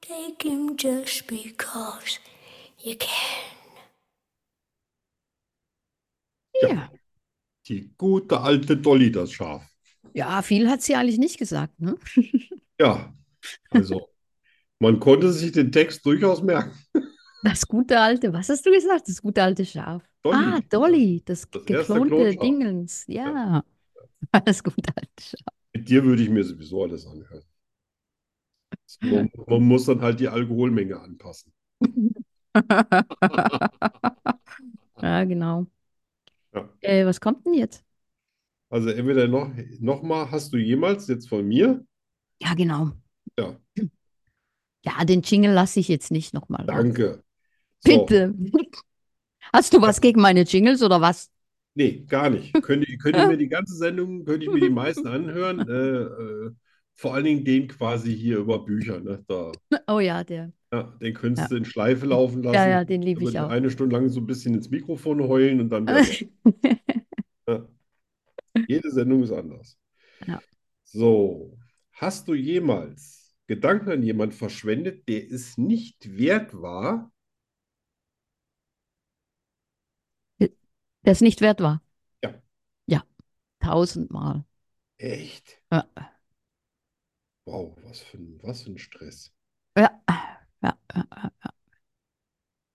take him just because you can. Ja. Die gute alte Dolly, das Schaf. Ja, viel hat sie eigentlich nicht gesagt, ne? Ja, also man konnte sich den Text durchaus merken. *laughs* Das gute alte, was hast du gesagt? Das gute alte *laughs* Schaf. Dolly. Ah, Dolly, das Das erste geklonte Klonschaf. Dingens. Ja. Das gute alte Schaf. Mit dir würde ich mir sowieso alles anhören. Man, man muss dann halt die Alkoholmenge anpassen. Ja, genau. Ja. Äh, was kommt denn jetzt? Also entweder noch, noch mal, hast du jemals jetzt von mir? Ja, genau. Ja. Ja, den Jingle lasse ich jetzt nicht nochmal. Danke. So. Bitte. *laughs* Hast du was gegen meine Jingles oder was? Nee, gar nicht. Könnte, könnte *laughs* ich mir die ganze Sendung, könnte ich mir die meisten anhören. Äh, äh, vor allen Dingen den quasi hier über Bücher. Ne? Da, Oh ja, der. ja, den könntest du in Schleife laufen Ja, lassen. ja, den liebe Damit ich auch. eine Stunde lang so ein bisschen ins Mikrofon heulen und dann *laughs* wieder. Ja. Jede Sendung ist anders. Ja. So, hast du jemals Gedanken an jemanden verschwendet, der es nicht wert war? Der es nicht wert war. Ja. Ja, tausendmal. Echt? Ja. Wow, was für ein, was für ein Stress. Ja, ja, ja, ja.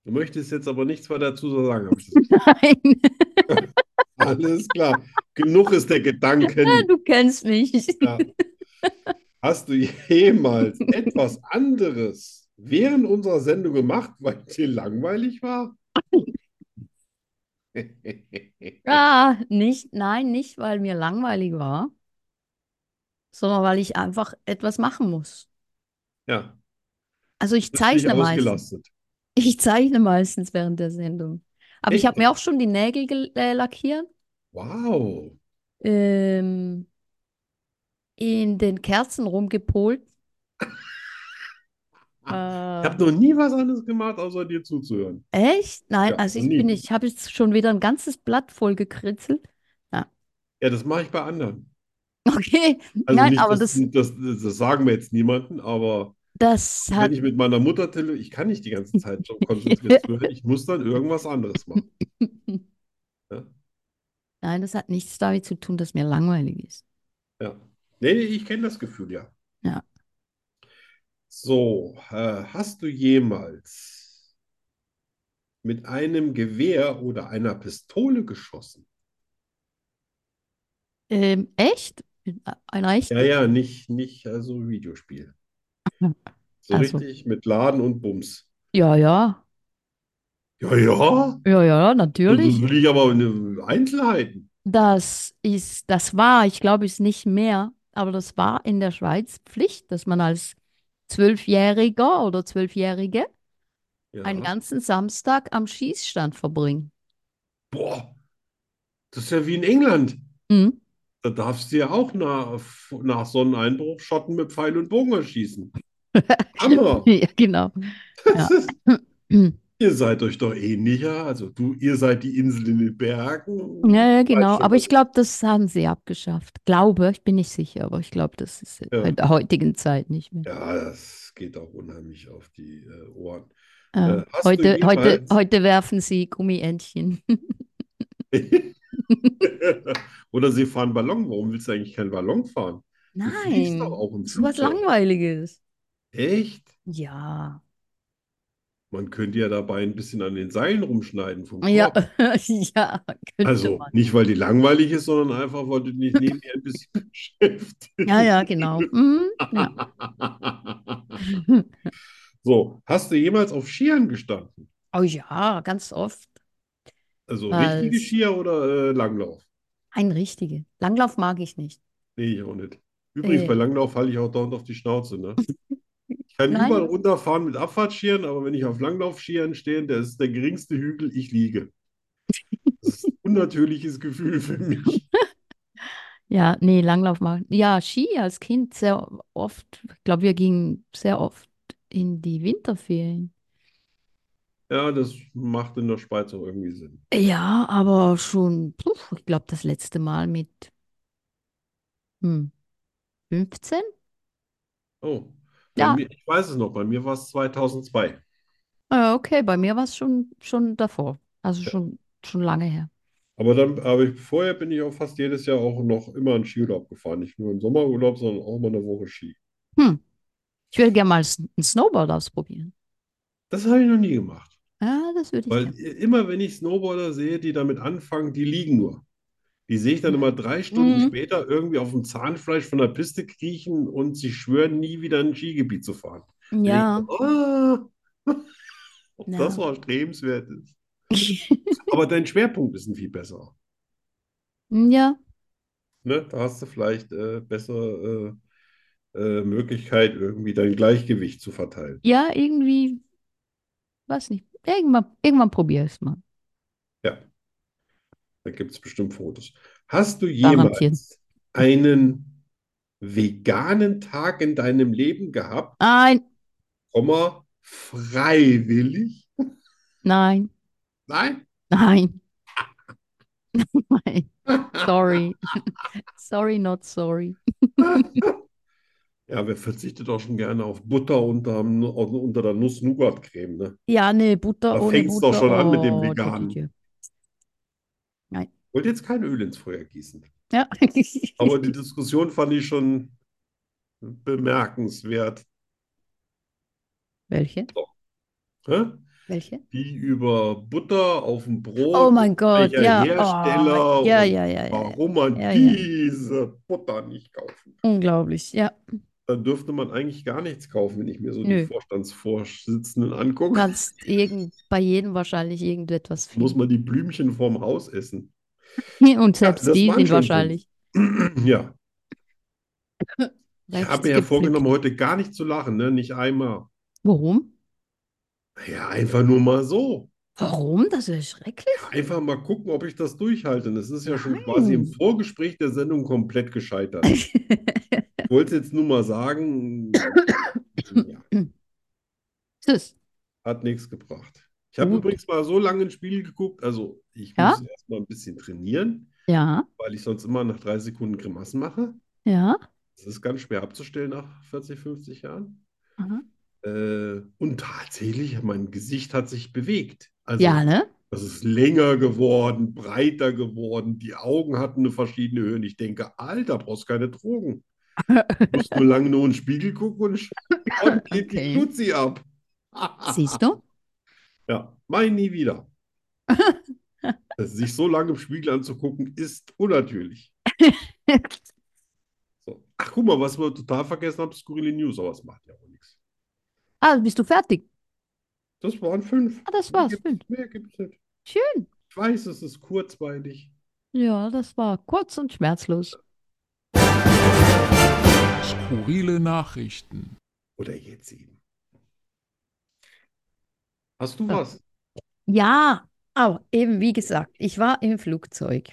Du möchtest jetzt aber nichts weiter dazu sagen, habe ich das *laughs* Nein, Alles klar. Genug ist der Gedanken. du kennst *laughs* mich. Ja. Hast du *laughs* jemals etwas anderes während unserer Sendung gemacht, weil es dir langweilig war? Ah, nicht, nein, nicht, weil mir langweilig war, sondern weil ich einfach etwas machen muss. Ja, Also ich bist nicht zeichne meistens. ausgelastet. Ich zeichne meistens während der Sendung. Aber ich Echt? habe mir auch schon die Nägel gel- äh, lackiert. Wow. ähm, in den Kerzen rumgepolt. *laughs* Ich Äh, habe noch nie was anderes gemacht, außer dir zuzuhören. echt? Nein, Ja, also noch ich nie. bin, ich habe jetzt schon wieder ein ganzes Blatt voll gekritzelt. Ja, das mache ich bei anderen. *laughs* Okay, Also nein, nicht, aber das, das, das, das, das sagen wir jetzt niemanden, aber das wenn hat, ich mit meiner Mutter telefoniere, ich kann nicht die ganze *laughs* Zeit so konzentriert zuhören, ich muss dann irgendwas anderes machen. Ja. nein, das hat nichts damit zu tun, dass mir langweilig ist. Ja. Nee, nee, ich kenne das Gefühl, ja. Ja. So, äh, hast du jemals mit einem Gewehr oder einer Pistole geschossen? Ähm, echt? Ein- Ein echt? Ja, ja, nicht, nicht, also Videospiel. So Also. richtig mit Laden und Bums. Ja, ja, Ja, ja. ja, ja, Das natürlich. will ich aber in Einzelheiten. Das ist, das war, ich glaube, ist nicht mehr, aber das war in der Schweiz Pflicht, dass man als Zwölfjähriger oder Zwölfjährige einen Ja. ganzen Samstag am Schießstand verbringt. Boah, das ist ja wie in England. Mhm. Da darfst du ja auch nach, nach Sonneneinbruch Schotten mit Pfeil und Bogen *laughs* erschießen. Hammer! Ja, genau. Ja. Das ist, Ja, Ihr seid euch doch ähnlicher. Also du, ihr seid die Insel in den Bergen. ja, genau. schon, Aber was- ich glaube, das haben sie abgeschafft. Glaube, ich bin nicht sicher, aber ich glaube, das ist Ja. in der heutigen Zeit nicht mehr. Ja, das geht auch unheimlich auf die äh, Ohren. Ja. Äh, hast du Ah. Heute, heute, jemals- heute werfen sie Gummientchen. *laughs* Oder sie fahren Ballon. Warum willst du eigentlich keinen Ballon fahren? *laughs* Du fliegst doch Nein, auch im so was Flugzeug. Langweiliges. Echt? Ja. Man könnte ja dabei ein bisschen an den Seilen rumschneiden vom Ja, Korb. ja, *laughs* könnte Also man. nicht, weil die langweilig ist, sondern einfach, weil du dich nebenher ein bisschen *laughs* *laughs* beschäftigst. Ja, *laughs* ja, genau. Mhm, ja. So, hast du jemals auf Skiern gestanden? Oh ja, ganz oft. Also Als- richtige Skier oder äh, Langlauf? Ein richtige. Langlauf mag ich nicht. Nee, ich auch nicht. Übrigens, Äh. bei Langlauf falle ich auch dauernd auf die Schnauze, ne? Ich kann Nein. überall runterfahren mit Abfahrtskiern, aber wenn ich auf Langlaufskiern stehe, der ist der geringste Hügel, ich liege. Das *laughs* ist ein unnatürliches Gefühl für mich. Ja, nee, Langlauf mag ich. Ja, Ski als Kind sehr oft. Ich glaube, wir gingen sehr oft in die Winterferien. Ja, das macht in der Schweiz auch irgendwie Sinn. Ja, aber schon, puf, ich glaube, das letzte Mal mit hm, 15? Oh, Bei Ja. mir, ich weiß es noch, bei mir war es 2002. Ah, okay, bei mir war es schon, schon davor. Also schon, schon lange her. Aber dann, aber ich, vorher bin ich auch fast jedes Jahr auch noch immer einen Skiurlaub gefahren. Nicht nur im Sommerurlaub, sondern auch mal eine Woche Ski. Hm. Ich würde gerne mal s- ein Snowboard ausprobieren. Das habe ich noch nie gemacht. Ah, das würde ich Weil gerne. immer, wenn ich Snowboarder sehe, die damit anfangen, die liegen nur. Die sehe ich dann immer drei Stunden Mhm. später irgendwie auf dem Zahnfleisch von der Piste kriechen und sie schwören, nie wieder in ein Skigebiet zu fahren. Da denke Ja, ich, ah, ob das ja. was strebenswert *laughs* ist. Aber dein Schwerpunkt ist ein viel besser. Hm, Ja, Ne? Da hast du vielleicht äh, bessere äh, äh, Möglichkeit, irgendwie dein Gleichgewicht zu verteilen. ja, irgendwie, weiß nicht. Irgendwann, irgendwann probiere ich es mal. Ja, da gibt es bestimmt Fotos. Hast du Garantiert. jemals einen veganen Tag in deinem Leben gehabt, Nein, Komma, freiwillig? nein, *laughs* Nein? nein, nein. Sorry. *laughs* Sorry, not sorry. Ja, wer verzichtet auch schon gerne auf Butter unter, unter der Nuss-Nougat-Creme, ne? Ja, nee, Butter Da ohne fängst du doch Butter. schon an mit dem Oh, Veganen. tü, tü, tü. Nein. Wollte jetzt kein Öl ins Feuer gießen. Ja. *laughs* Aber die Diskussion fand ich schon bemerkenswert. Welche? Hä? Welche? Die über Butter auf dem Oh Brot, mein Gott, welcher ja. Oh, Hersteller ja, und ja, ja, ja. ja. warum man Äh, Ja, ja. diese Butter nicht kaufen kann. Unglaublich, ja. Dann dürfte man eigentlich gar nichts kaufen, wenn ich mir so die Nö. Vorstandsvorsitzenden angucke. Kannst irgend, bei jedem wahrscheinlich irgendetwas Muss finden. man die Blümchen vorm Haus essen? *clears throat* Und Ja, selbst das die waren sind schon Gründe. wahrscheinlich Ja, ich recht habe mir ja vorgenommen, gepflückt. heute gar nicht zu lachen, ne? Nicht einmal. Warum? Ja, einfach nur mal so. Warum? Das ist schrecklich. *laughs* Einfach mal gucken, ob ich das durchhalte. Und Das ist ja schon quasi im Nein. Vorgespräch der Sendung komplett gescheitert. *laughs* Ich wollte es jetzt nur mal *coughs* sagen, ja, Tschüss. hat nichts gebracht. Ich habe Gut. übrigens mal so lange ein Spiel geguckt, also ich Ja? muss erst mal ein bisschen trainieren, Ja, weil ich sonst immer nach drei Sekunden Grimassen mache. ja. Das ist ganz schwer abzustellen nach 40, 50 Jahren. Aha. Äh, und tatsächlich, mein Gesicht hat sich bewegt. Ja, Also ne? das ist länger geworden, breiter geworden, die Augen hatten eine verschiedene Höhe. Und ich denke, Alter, brauchst keine *laughs* Drogen. Du musst nur lange nur in den Spiegel gucken und *laughs* schon geht die Okay. Tutsi ab. Siehst du? *laughs* Ja, mach ich nie *laughs* wieder. Das Sich so lange im Spiegel anzugucken, ist unnatürlich. So. Ach, guck mal, was wir total vergessen haben, skurrile News, aber es macht ja auch nichts. Ah, bist du fertig? Das waren fünf. Ah, das Mehr war's. gibt's, Schön. mehr gibt's nicht. Schön. Ich weiß, es ist kurzweilig. Ja, das war kurz und schmerzlos. Skurrile Nachrichten. Oder jetzt eben. Hast du So. was? Ja, aber eben wie gesagt, ich war im *laughs* Flugzeug.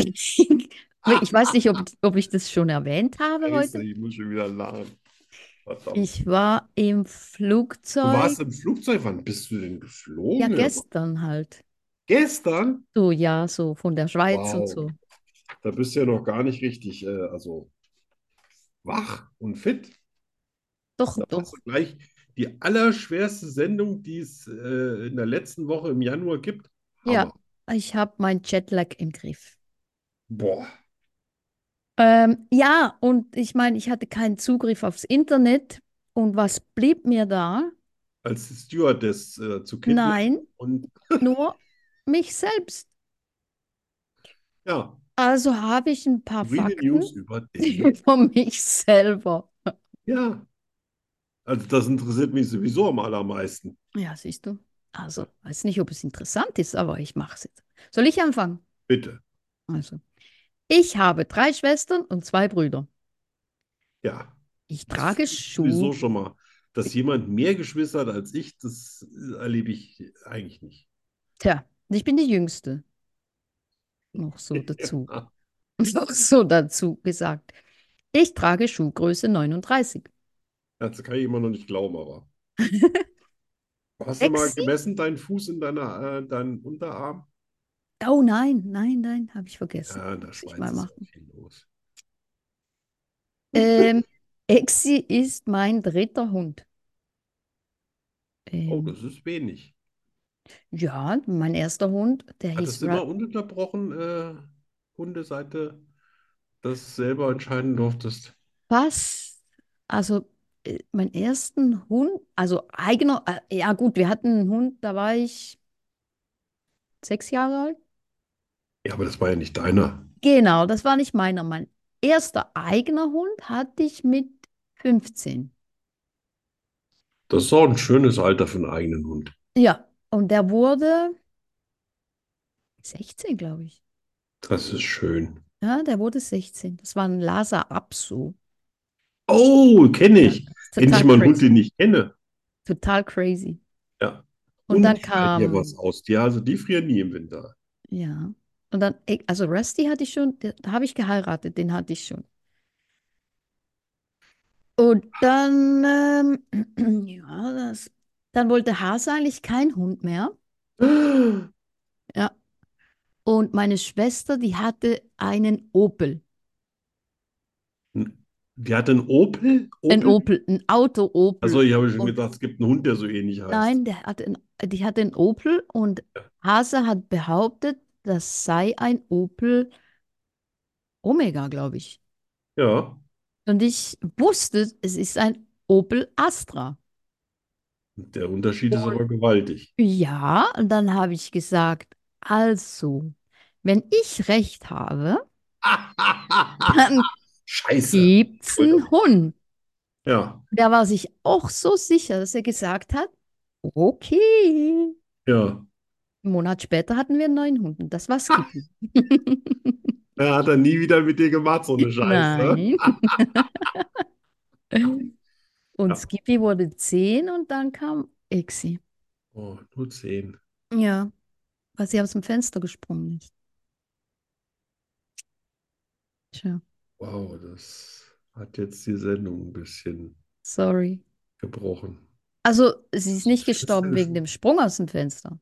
Ich weiß nicht, ob, ob ich das schon erwähnt habe Scheiße, heute. ich muss schon wieder lachen. Verdammt. Ich war im Du Flugzeug. warst im Flugzeug, wann bist du denn Ja, geflogen? gestern halt. Gestern? So, ja, so von der Schweiz und Wow. so. Da bist du ja noch gar nicht richtig, äh, also wach und fit. Doch, Da doch. machst du gleich die allerschwerste Sendung, die es äh, in der letzten Woche im Januar gibt. Ja, Hammer. ich habe mein Jetlag im Griff. Boah. Ähm, ja, und ich meine, ich hatte keinen Zugriff aufs Internet. Und was blieb mir da? Als die Stewardess äh, zu kidnappen Nein, und nur mich selbst. ja, Also habe ich ein paar Real Fakten News über den. *laughs* über mich selber. Ja. Also das interessiert mich sowieso am allermeisten. Ja, siehst du. Also, weiß nicht, ob es interessant ist, aber ich mache es jetzt. Soll ich anfangen? Bitte. Also, ich habe drei Schwestern und zwei Brüder. Ja. Ich Das trage finde ich sowieso Schuhe. schon mal. Dass jemand mehr Geschwister hat als ich, das äh, erlebe ich eigentlich nicht. Tja, ich bin die Jüngste. Noch so dazu. *laughs* Noch so dazu gesagt. Ich trage Schuhgröße 39. Das kann ich immer noch nicht glauben, aber. *laughs* Hast du mal Sexy? gemessen, deinen Fuß in deiner, äh, deinen Unterarm? Oh nein, nein, nein, habe ich vergessen. Ja, in der Muss ich Schweiz mal ist machen. auch viel los. Ähm, Exi ist mein dritter Hund. Oh, Ähm, das ist wenig. ja, mein erster Hund, der Hat das hieß immer Ra ununterbrochen äh, Hundeseite, das selber entscheiden durftest? was? Also äh, meinen ersten Hund, also eigener, äh, ja gut, wir hatten einen Hund, da war ich sechs Jahre alt. Ja, aber das war ja nicht deiner. Genau, das war nicht meiner. Mein erster eigener Hund hatte ich mit 15. Das ist auch ein schönes Alter für einen eigenen Hund. Ja, und der wurde 16, glaube ich. Das ist schön. Ja, der wurde 16. Das war ein Lhasa Apso. Oh, kenne Ja, ich. Endlich total mal einen Hund, crazy. den ich kenne. Total crazy. Ja. Und Und dann ich halte hier was kam, aus. Ja, also die frieren nie im Winter. ja. Und dann, eh, also Rusty hatte ich schon, der- da habe ich geheiratet, den hatte ich schon. Und dann, ähm, *clears throat* ja, das, dann wollte Hase eigentlich kein Hund *gasps* mehr. Ja. Und meine Schwester, die hatte einen Opel. Die hatte einen Opel? Ein Opel? Opel, ein Auto-Opel. Also, ich habe schon Und gedacht, es gibt einen Hund, der so ähnlich heißt. nein, der hatte ein, die hatte einen Opel und Hase hat behauptet, das sei ein Opel Omega, glaube ich. Ja. Und ich wusste, es ist ein Opel Astra. Der Unterschied ist Und aber gewaltig. *laughs* ja, und dann habe ich gesagt, also, wenn ich recht habe, dann Scheiße. gibt's einen Hund. Ja, Der war sich auch so sicher, dass er gesagt hat, okay. ja. Einen Monat später hatten wir einen neuen Hund und das war Skippy. Er hat er nie wieder mit dir gemacht, so eine Scheiße. Nein. *laughs* Und Ja. Skippy wurde 10 und dann kam Exi. Oh, nur zehn. Ja, weil sie aus dem Fenster gesprungen ist. Tja, Wow, das hat jetzt die Sendung ein bisschen sorry. gebrochen. Also, sie ist nicht Das ist gestorben wegen dem Sprung aus dem Fenster,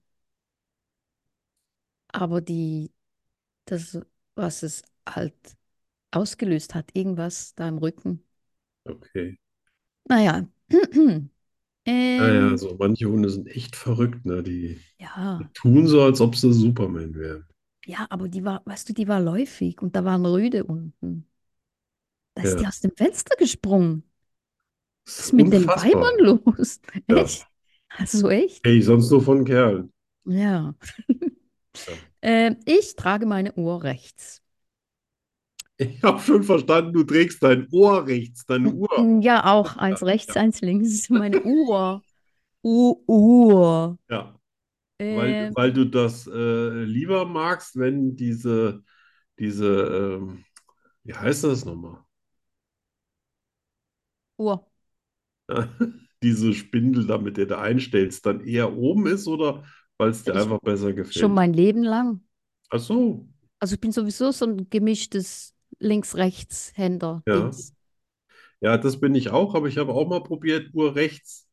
aber die, das, was es halt ausgelöst hat, irgendwas da im Rücken. Okay. Naja. *clears throat* Naja, Ähm, so manche Hunde sind echt verrückt, ne? Die, die ja, tun so, als ob sie Superman wären. ja, aber die war, weißt du, die war läufig und da waren Rüde unten. Da ist die Ja, aus dem Fenster gesprungen. das Was ist ist mit den unfassbar. Weibern los? Ja, Echt? Also echt? hey, sonst nur von Kerlen. Ja. Ja. *laughs* Ähm, ich trage meine Uhr rechts. Ich habe schon verstanden, du trägst dein Ohr rechts, *laughs* deine Uhr. Hm, Ja, auch eins rechts, *laughs* eins links. Meine Uhr. U Uhr. Ja, weil, Ähm, weil du das äh, lieber magst, wenn diese, diese, ähm, wie heißt das nochmal? Uhr. *laughs* Diese Spindel, da, mit der du einstellst, dann eher oben ist oder weil es dir Ich, einfach besser schon gefällt? mein Leben lang. Ach so, Also ich bin sowieso so ein gemischtes ja. Links-Rechts-Händer-Dings. Ja, das bin ich auch, aber ich habe auch mal probiert, Uhr rechts.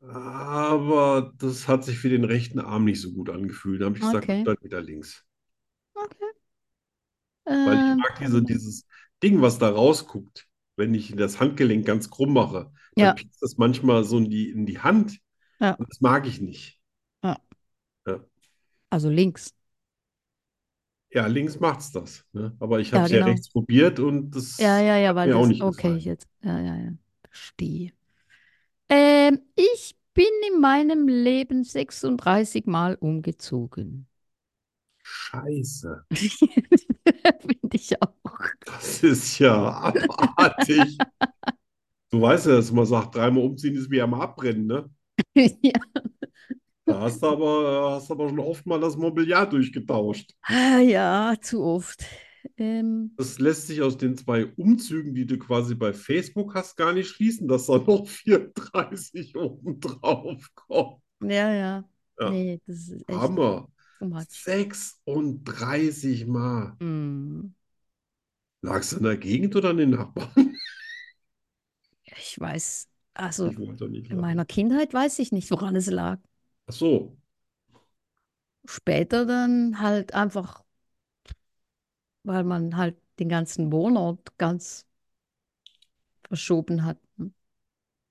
Aber das hat sich für den rechten Arm nicht so gut angefühlt. Da habe ich gesagt, Okay. dann wieder links. Okay. Weil ich Ähm, mag diese, dieses Ding, was da rausguckt. Wenn ich das Handgelenk ganz krumm mache, dann ja, piekst das manchmal so in die, in die Hand. ja, Und das mag ich nicht. ja. Ja, Also links. ja links macht's das. Ne? Aber ich habe Ja, es ja genau. rechts probiert und Ja, das ja, ja, hat weil mir auch das, nicht okay, gefallen. jetzt, ja, ja, ja, verstehe. Ähm, ich bin in meinem Leben 36 Mal umgezogen. *laughs* Scheiße. Finde *laughs* ich auch. Das ist ja *laughs* abartig. Du weißt ja, dass man sagt, dreimal umziehen ist wie am Abbrennen, ne? Ja. Da hast du aber, hast aber schon oft mal das Mobiliar durchgetauscht. Ah, ja, zu oft. Ähm, Das lässt sich aus den zwei Umzügen, die du quasi bei Facebook hast, gar nicht schließen, dass da noch 34 oben drauf kommt. ja, ja. Ja, Nee, das ist echt um Hammer. too much. 36 Mal. Hm. Lagst du in der Gegend oder an den Nachbarn? Ich weiß, also Ich wollte doch nicht in lachen. meiner Kindheit weiß ich nicht, woran es lag. Ach so. Später dann halt einfach, weil man halt den ganzen Wohnort ganz verschoben hat. ne?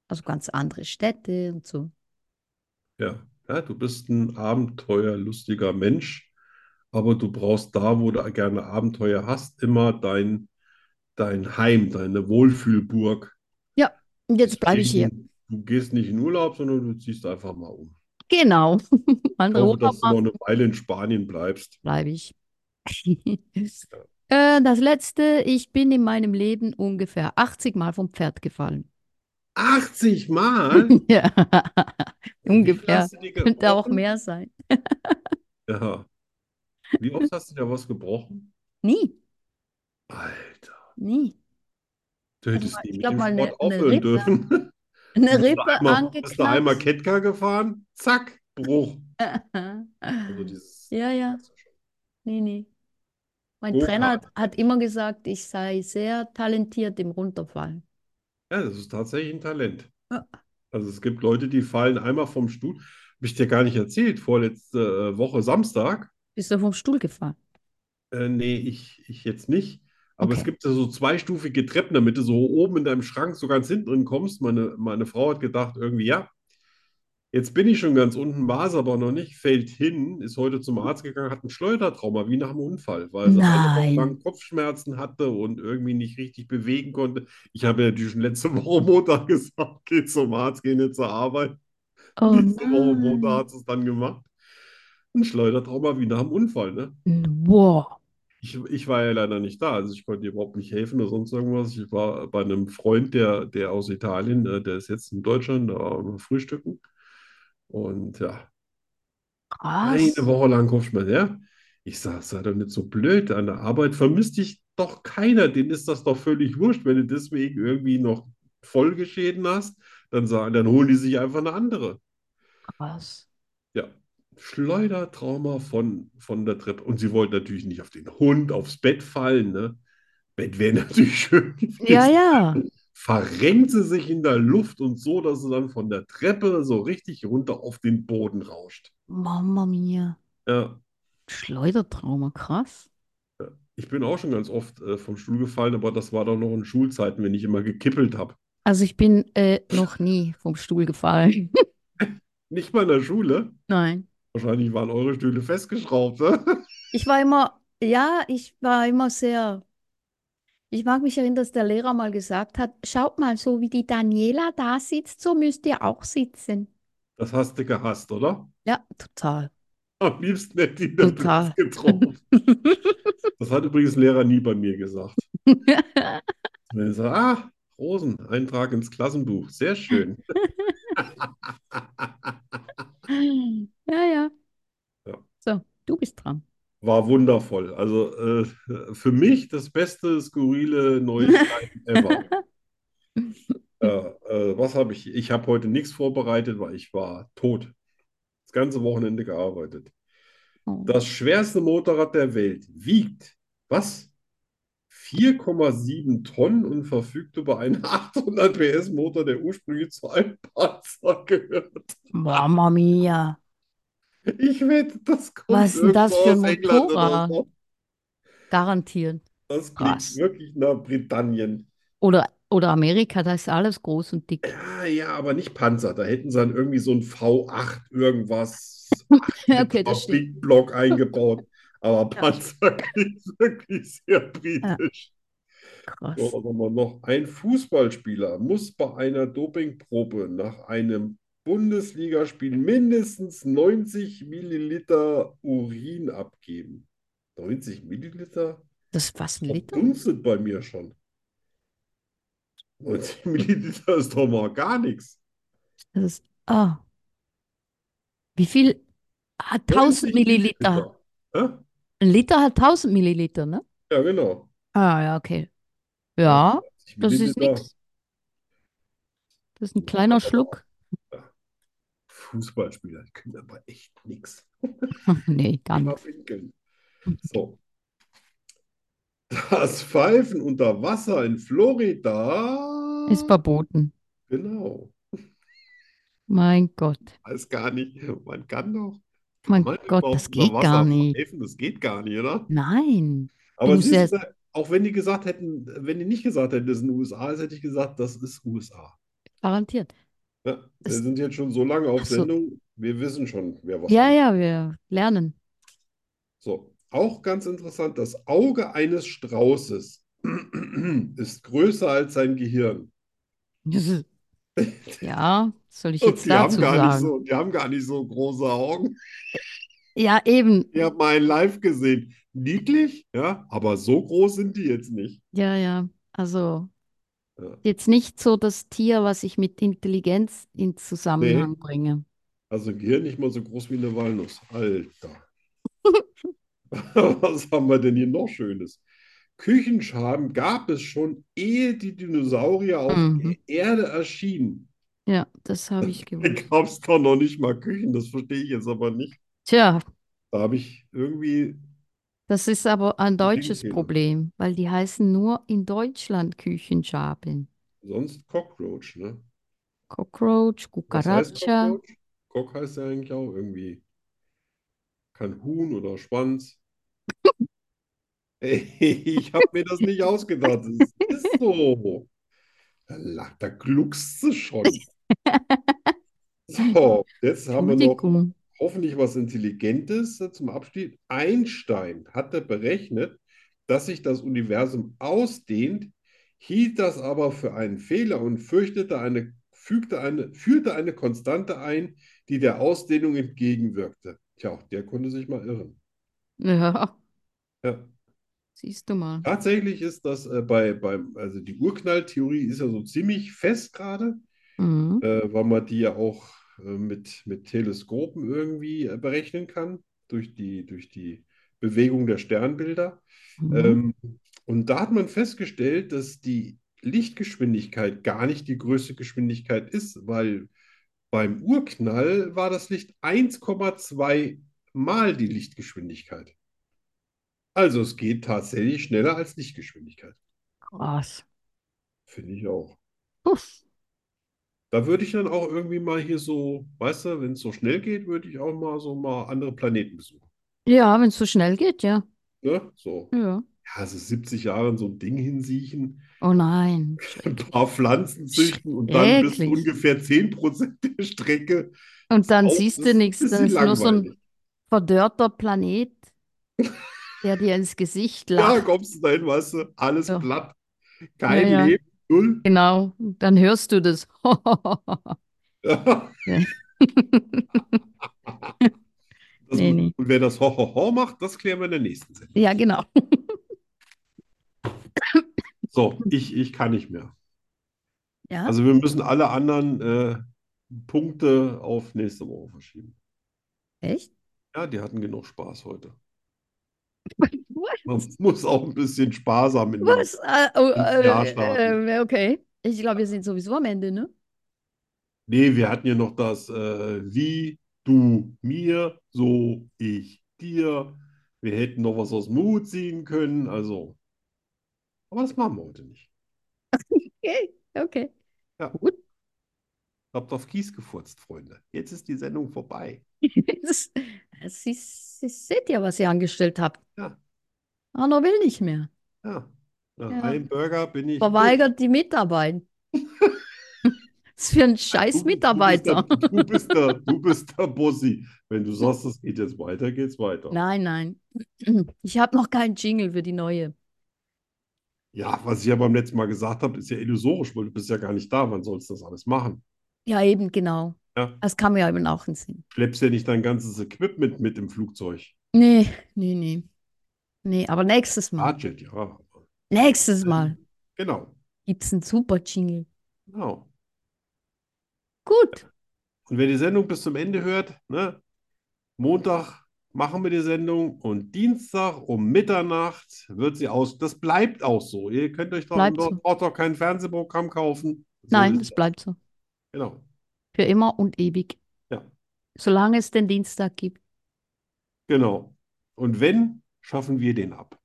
Also ganz andere Städte und so. Ja. Ja, du bist ein abenteuerlustiger Mensch, aber du brauchst da, wo du gerne Abenteuer hast, immer dein, dein Heim, deine Wohlfühlburg. Und jetzt bleibe ich hier. Deswegen, Du gehst nicht in Urlaub, sondern du ziehst einfach mal um. Genau. *laughs* Ich Andere hoffe, dass du noch Urlaub eine Weile in Spanien bleibst. bleibe ich. *laughs* Äh, das letzte, ich bin in meinem Leben ungefähr 80 Mal vom Pferd gefallen. *laughs* 80 Mal? Ja, Wie viel *laughs* ungefähr. hast du dir *laughs* Könnte auch gebrochen? mehr sein. Ja. Wie oft hast du da was gebrochen? Nie, Alter, nie. du hättest Also mal- nie ich mit glaub dem mal, eine- Sport eine aufhören Rippe- dürfen. *laughs* Eine Bist du Rippe einmal, bist du einmal angeknackst. Kettcar gefahren? Zack, Bruch. *laughs* Also dieses, Ja, ja, nee, nee. Mein Go-Kart. Trainer hat, hat immer gesagt, ich sei sehr talentiert im Runterfallen. Ja, das ist tatsächlich ein Talent. Ja. Also es gibt Leute, die fallen einmal vom Stuhl. Habe ich dir gar nicht erzählt, vorletzte äh, Woche Samstag. Bist du vom Stuhl gefallen? Äh, nee, ich, ich jetzt nicht. Aber es Okay. gibt ja so zweistufige Treppen, damit du so oben in deinem Schrank so ganz hinten drin kommst. Meine, meine Frau hat gedacht, irgendwie, ja, jetzt bin ich schon ganz unten, war es aber noch nicht, fällt hin, ist heute zum Arzt gegangen, hat ein Schleudertrauma, wie nach dem Unfall, weil sie eine Woche lang Nein. Kopfschmerzen hatte und irgendwie nicht richtig bewegen konnte. Ich habe ja natürlich schon letzte *laughs* Woche Montag gesagt, *laughs* geh zum Arzt, geh nicht zur Arbeit. Oh Diese Woche Montag nein. hat sie es dann gemacht. Ein Schleudertrauma wie nach dem Unfall, ne? Wow. Ich, ich war ja leider nicht da, also ich konnte ihr überhaupt nicht helfen oder sonst irgendwas. Ich war bei einem Freund, der, der aus Italien, äh, der ist jetzt in Deutschland, da waren wir frühstücken. Und ja, eine Krass. Woche lang Kopfschmerzen. Ja? Ich sag, sei doch nicht so blöd an der Arbeit, vermisst dich doch keiner, denen ist das doch völlig wurscht, wenn du deswegen irgendwie noch Folgeschäden hast, dann sagen, dann holen die sich einfach eine andere. Krass. Ja, Schleudertrauma von, von der Treppe. Und sie wollte natürlich nicht auf den Hund, aufs Bett fallen, ne? Bett wäre *laughs* natürlich schön Ja, gewesen. ja. Verrenkt sie sich in der Luft und so, dass sie dann von der Treppe so richtig runter auf den Boden rauscht. Mama mia. Ja, Schleudertrauma, krass. ich bin auch schon ganz oft äh, vom Stuhl gefallen, aber das war doch noch in Schulzeiten, wenn ich immer gekippelt habe. Also ich bin äh, noch nie vom Stuhl gefallen. *laughs* Nicht mal in der Schule. Nein. Wahrscheinlich waren eure Stühle festgeschraubt, ne? *laughs* Ich war immer, ja, ich war immer sehr. Ich mag mich erinnern, dass der Lehrer mal gesagt hat, schaut mal, so wie die Daniela da sitzt, so müsst ihr auch sitzen. Das hast du gehasst, oder? Ja, total. Am liebsten hätte ich den Total. getroffen. Das hat übrigens ein Lehrer nie bei mir gesagt. Wenn er sagt, ah, Rosen, Eintrag ins Klassenbuch, sehr schön. Ja, ja. Ja. So, du bist dran. War wundervoll. Also äh, für mich das beste skurrile *laughs* Neuigkeiten ever. Äh, äh, was habe ich? Ich habe heute nichts vorbereitet, weil ich war tot. Das ganze Wochenende gearbeitet. Oh. Das schwerste Motorrad der Welt wiegt, was? 4,7 Tonnen und verfügt über einen *laughs* 800 PS Motor, der ursprünglich zu einem Panzer gehört. Mama mia. Ich wette, das kommt Was ist denn das irgendwo für ein aus England oder Motorrad? so. Garantiert. Das Krass. klingt wirklich nach Britannien. Oder, oder Amerika, da ist alles groß und dick. Ja, Ah, ja, aber nicht Panzer. Da hätten sie dann irgendwie so ein V8 irgendwas *laughs* Ja, okay, das auf stimmt. Big Block eingebaut. Aber Ja. Panzer *laughs* klingt wirklich sehr britisch. So, Krass. was haben wir noch? Ein Fußballspieler muss bei einer Dopingprobe nach einem Bundesligaspiel mindestens 90 Milliliter Urin abgeben. 90 Milliliter? Das ist fast ein Liter. Verdunstet bei mir schon. *laughs* 90 Milliliter ist doch mal gar nichts. Das ist, ah. Wie viel? Hat 1000 90 Milliliter. Hä? Ein Liter hat 1000 Milliliter, ne? Ja, genau. Ah, ja, okay. Ja, 90 das ist Milliliter. nichts. Das ist ein kleiner Schluck. Fußballspieler, die können aber echt nichts. *laughs* Nee, gar Mhm. Immer nicht. winkeln. So. Das Pfeifen unter Wasser in Florida. Ist verboten. Genau. Mein Gott. Weiß gar nicht. Man kann doch. Mein Man Gott, überhaupt das unter geht gar Wasser nicht. pfeifen, das geht gar nicht, oder? Nein. Aber musst siehst ja- du, Auch wenn die gesagt hätten, wenn die nicht gesagt hätten, das sind USA, ist, hätte ich gesagt, das ist USA. Garantiert. Ja, wir Das- sind jetzt schon so lange auf Ach so. Sendung, wir wissen schon, wer was Ja, macht. ja, wir *laughs* lernen. So, auch ganz interessant, das Auge eines Straußes *clears throat* ist größer als sein Gehirn. Ja, soll ich Und jetzt die haben dazu gar nicht sagen? so, die haben gar nicht so große Augen. Ja, eben. Ihr habt mal ein Live gesehen. Niedlich, ja, aber so groß sind die jetzt nicht. Ja, ja. Also Ja. jetzt nicht so das Tier, was ich mit Intelligenz in Zusammenhang bringe. Also ein Gehirn nicht mal so groß wie eine Walnuss. Alter. Was haben wir denn hier noch Schönes? Küchenschaben gab es schon, ehe die Dinosaurier auf Mhm. der Erde erschienen. Ja, das habe *laughs* ich Da gewusst. gab es doch noch nicht mal Küchen, das verstehe ich jetzt aber nicht. Tja, Da habe ich irgendwie, das ist aber ein deutsches Denkfehler. Problem, weil die heißen nur in Deutschland Küchenschabeln. sonst Cockroach, ne? Cockroach, Was heißt Cucaracha. Cockroach? Cock heißt ja eigentlich auch irgendwie. Kann Huhn oder Schwanz. Ey, *laughs* ich habe mir das nicht ausgedacht. Das ist so. Da, lacht- da gluckst du schon. So, jetzt haben wir noch Entschuldigung. hoffentlich was Intelligentes äh, zum Abschied. Einstein hatte berechnet, dass sich das Universum ausdehnt, hielt das aber für einen Fehler und fürchtete eine, fügte eine, führte eine Konstante ein, die der Ausdehnung entgegenwirkte. Tja, auch der konnte sich mal irren. Ja, *laughs* Ja. siehst du mal. Tatsächlich ist das äh, bei, beim, also die Urknalltheorie ist ja so ziemlich fest gerade. Mhm. äh, weil man die ja auch äh, mit, mit Teleskopen irgendwie äh, berechnen kann, durch die, durch die Bewegung der Sternbilder. Mhm. Ähm, und da hat man festgestellt, dass die Lichtgeschwindigkeit gar nicht die größte Geschwindigkeit ist, weil beim Urknall war das Licht 1,2 mal die Lichtgeschwindigkeit. Also es geht tatsächlich schneller als Lichtgeschwindigkeit. Krass. Finde ich auch. Uff. Da würde ich dann auch irgendwie mal hier so, weißt du, wenn es so schnell geht, würde ich auch mal so mal andere Planeten besuchen. Ja, wenn es so schnell geht, ja. Ne? So, Ja. ja, so 70 Jahre in so ein Ding hinsiechen, Oh nein. ein paar Pflanzen züchten und dann bist du Schrecklich. ungefähr 10% der Strecke. Und dann Auch siehst du ist ein nichts, das bisschen ist nur so ein langweilig. verdörrter Planet, der dir ins Gesicht Ja, lacht. kommst du dahin, weißt du, alles Ja. platt, kein Ja, ja. Leben, null. *laughs* Genau, Und dann hörst du das. *laughs* Ja. Das, Nee, nee. Und wer das Ho-Ho-Ho macht, das klären wir in der nächsten Sendung. Ja, genau. So, ich, ich kann nicht mehr. Ja, Also wir müssen alle anderen äh, Punkte auf nächste Woche verschieben. echt? Ja, die hatten genug Spaß heute. Man muss auch ein bisschen Spaß haben in dem. Was? Ah, Äh, oh, Ins Jahr starten. äh, äh, okay. Ich glaube, wir sind sowieso am Ende, ne? Nee, wir hatten ja noch das äh, wie, du, mir, so, ich, dir. Wir hätten noch was aus Mut ziehen können, also. Aber das machen wir heute nicht. Okay, okay. Habt auf Kies gefurzt, Freunde. Jetzt ist die Sendung vorbei. *laughs* Das, das ist, Sie seht ja, was ihr angestellt habt. Ja. Arno will nicht mehr. Ja. Nach Ja. einem Burger bin ich Verweigert die Mitarbeit. *laughs* Was für ein scheiß Du- Mitarbeiter. Du bist der, du bist der, du bist der Bussi. Wenn du sagst, es geht jetzt weiter, geht's weiter. Nein, nein. *clears throat* Ich habe noch keinen Jingle für die neue. Ja, was ich ja beim letzten Mal gesagt habe, ist ja illusorisch, weil du bist ja gar nicht da. Wann sollst du das alles machen? Ja, eben, genau. Ja. Das kam mir ja eben auch in den Sinn. Schleppst ja nicht dein ganzes Equipment mit im Flugzeug. Nee, nee, nee. Nee, aber nächstes Genau. Mal. Budget, ja. Nächstes Mal Genau, gibt es einen super Jingle. genau. Gut. Und wer die Sendung bis zum Ende hört, ne, Montag machen wir die Sendung und Dienstag um Mitternacht wird sie aus. Das bleibt auch so. Ihr könnt euch doch, Bleibt doch, so. braucht doch kein Fernsehprogramm kaufen. So Nein, ist es bleibt so. Genau. Für immer und ewig. Ja. Solange es den Dienstag gibt. Genau. Und wenn, schaffen wir den ab.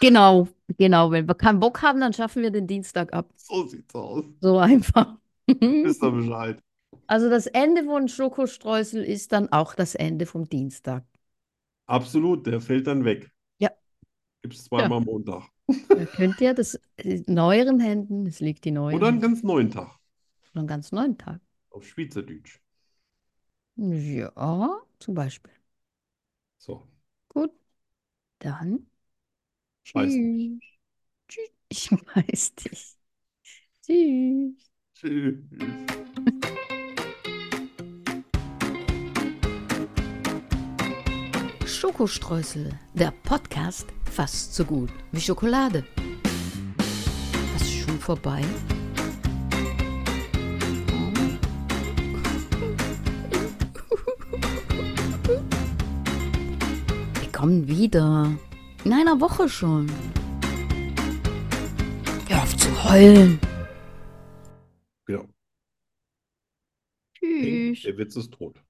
Genau, genau. Wenn wir keinen Bock haben, dann schaffen wir den Dienstag ab. So sieht's *laughs* aus. So *laughs* einfach. Wisst ihr Bescheid. Also das Ende von Schokostreusel ist dann auch das Ende vom Dienstag. Absolut, der fällt dann weg. Ja. Gibt's zweimal Montag. Da könnt ihr das äh, neueren Händen, es liegt die neuen Oder einen Händen, ganz neuen Tag oder einen ganz neuen Tag. auf Schweizerdeutsch. Ja, zum Beispiel. So, Gut, dann weiß nicht. tschüss. Tschüss. *laughs* Ich weiß dich. Tschüss. Tschüss. Schokostreusel, der Podcast fast so gut wie Schokolade. Was ist schon vorbei? Wir kommen wieder. In einer Woche schon. Hör auf zu heulen. Genau. Tschüss. Der Witz ist tot.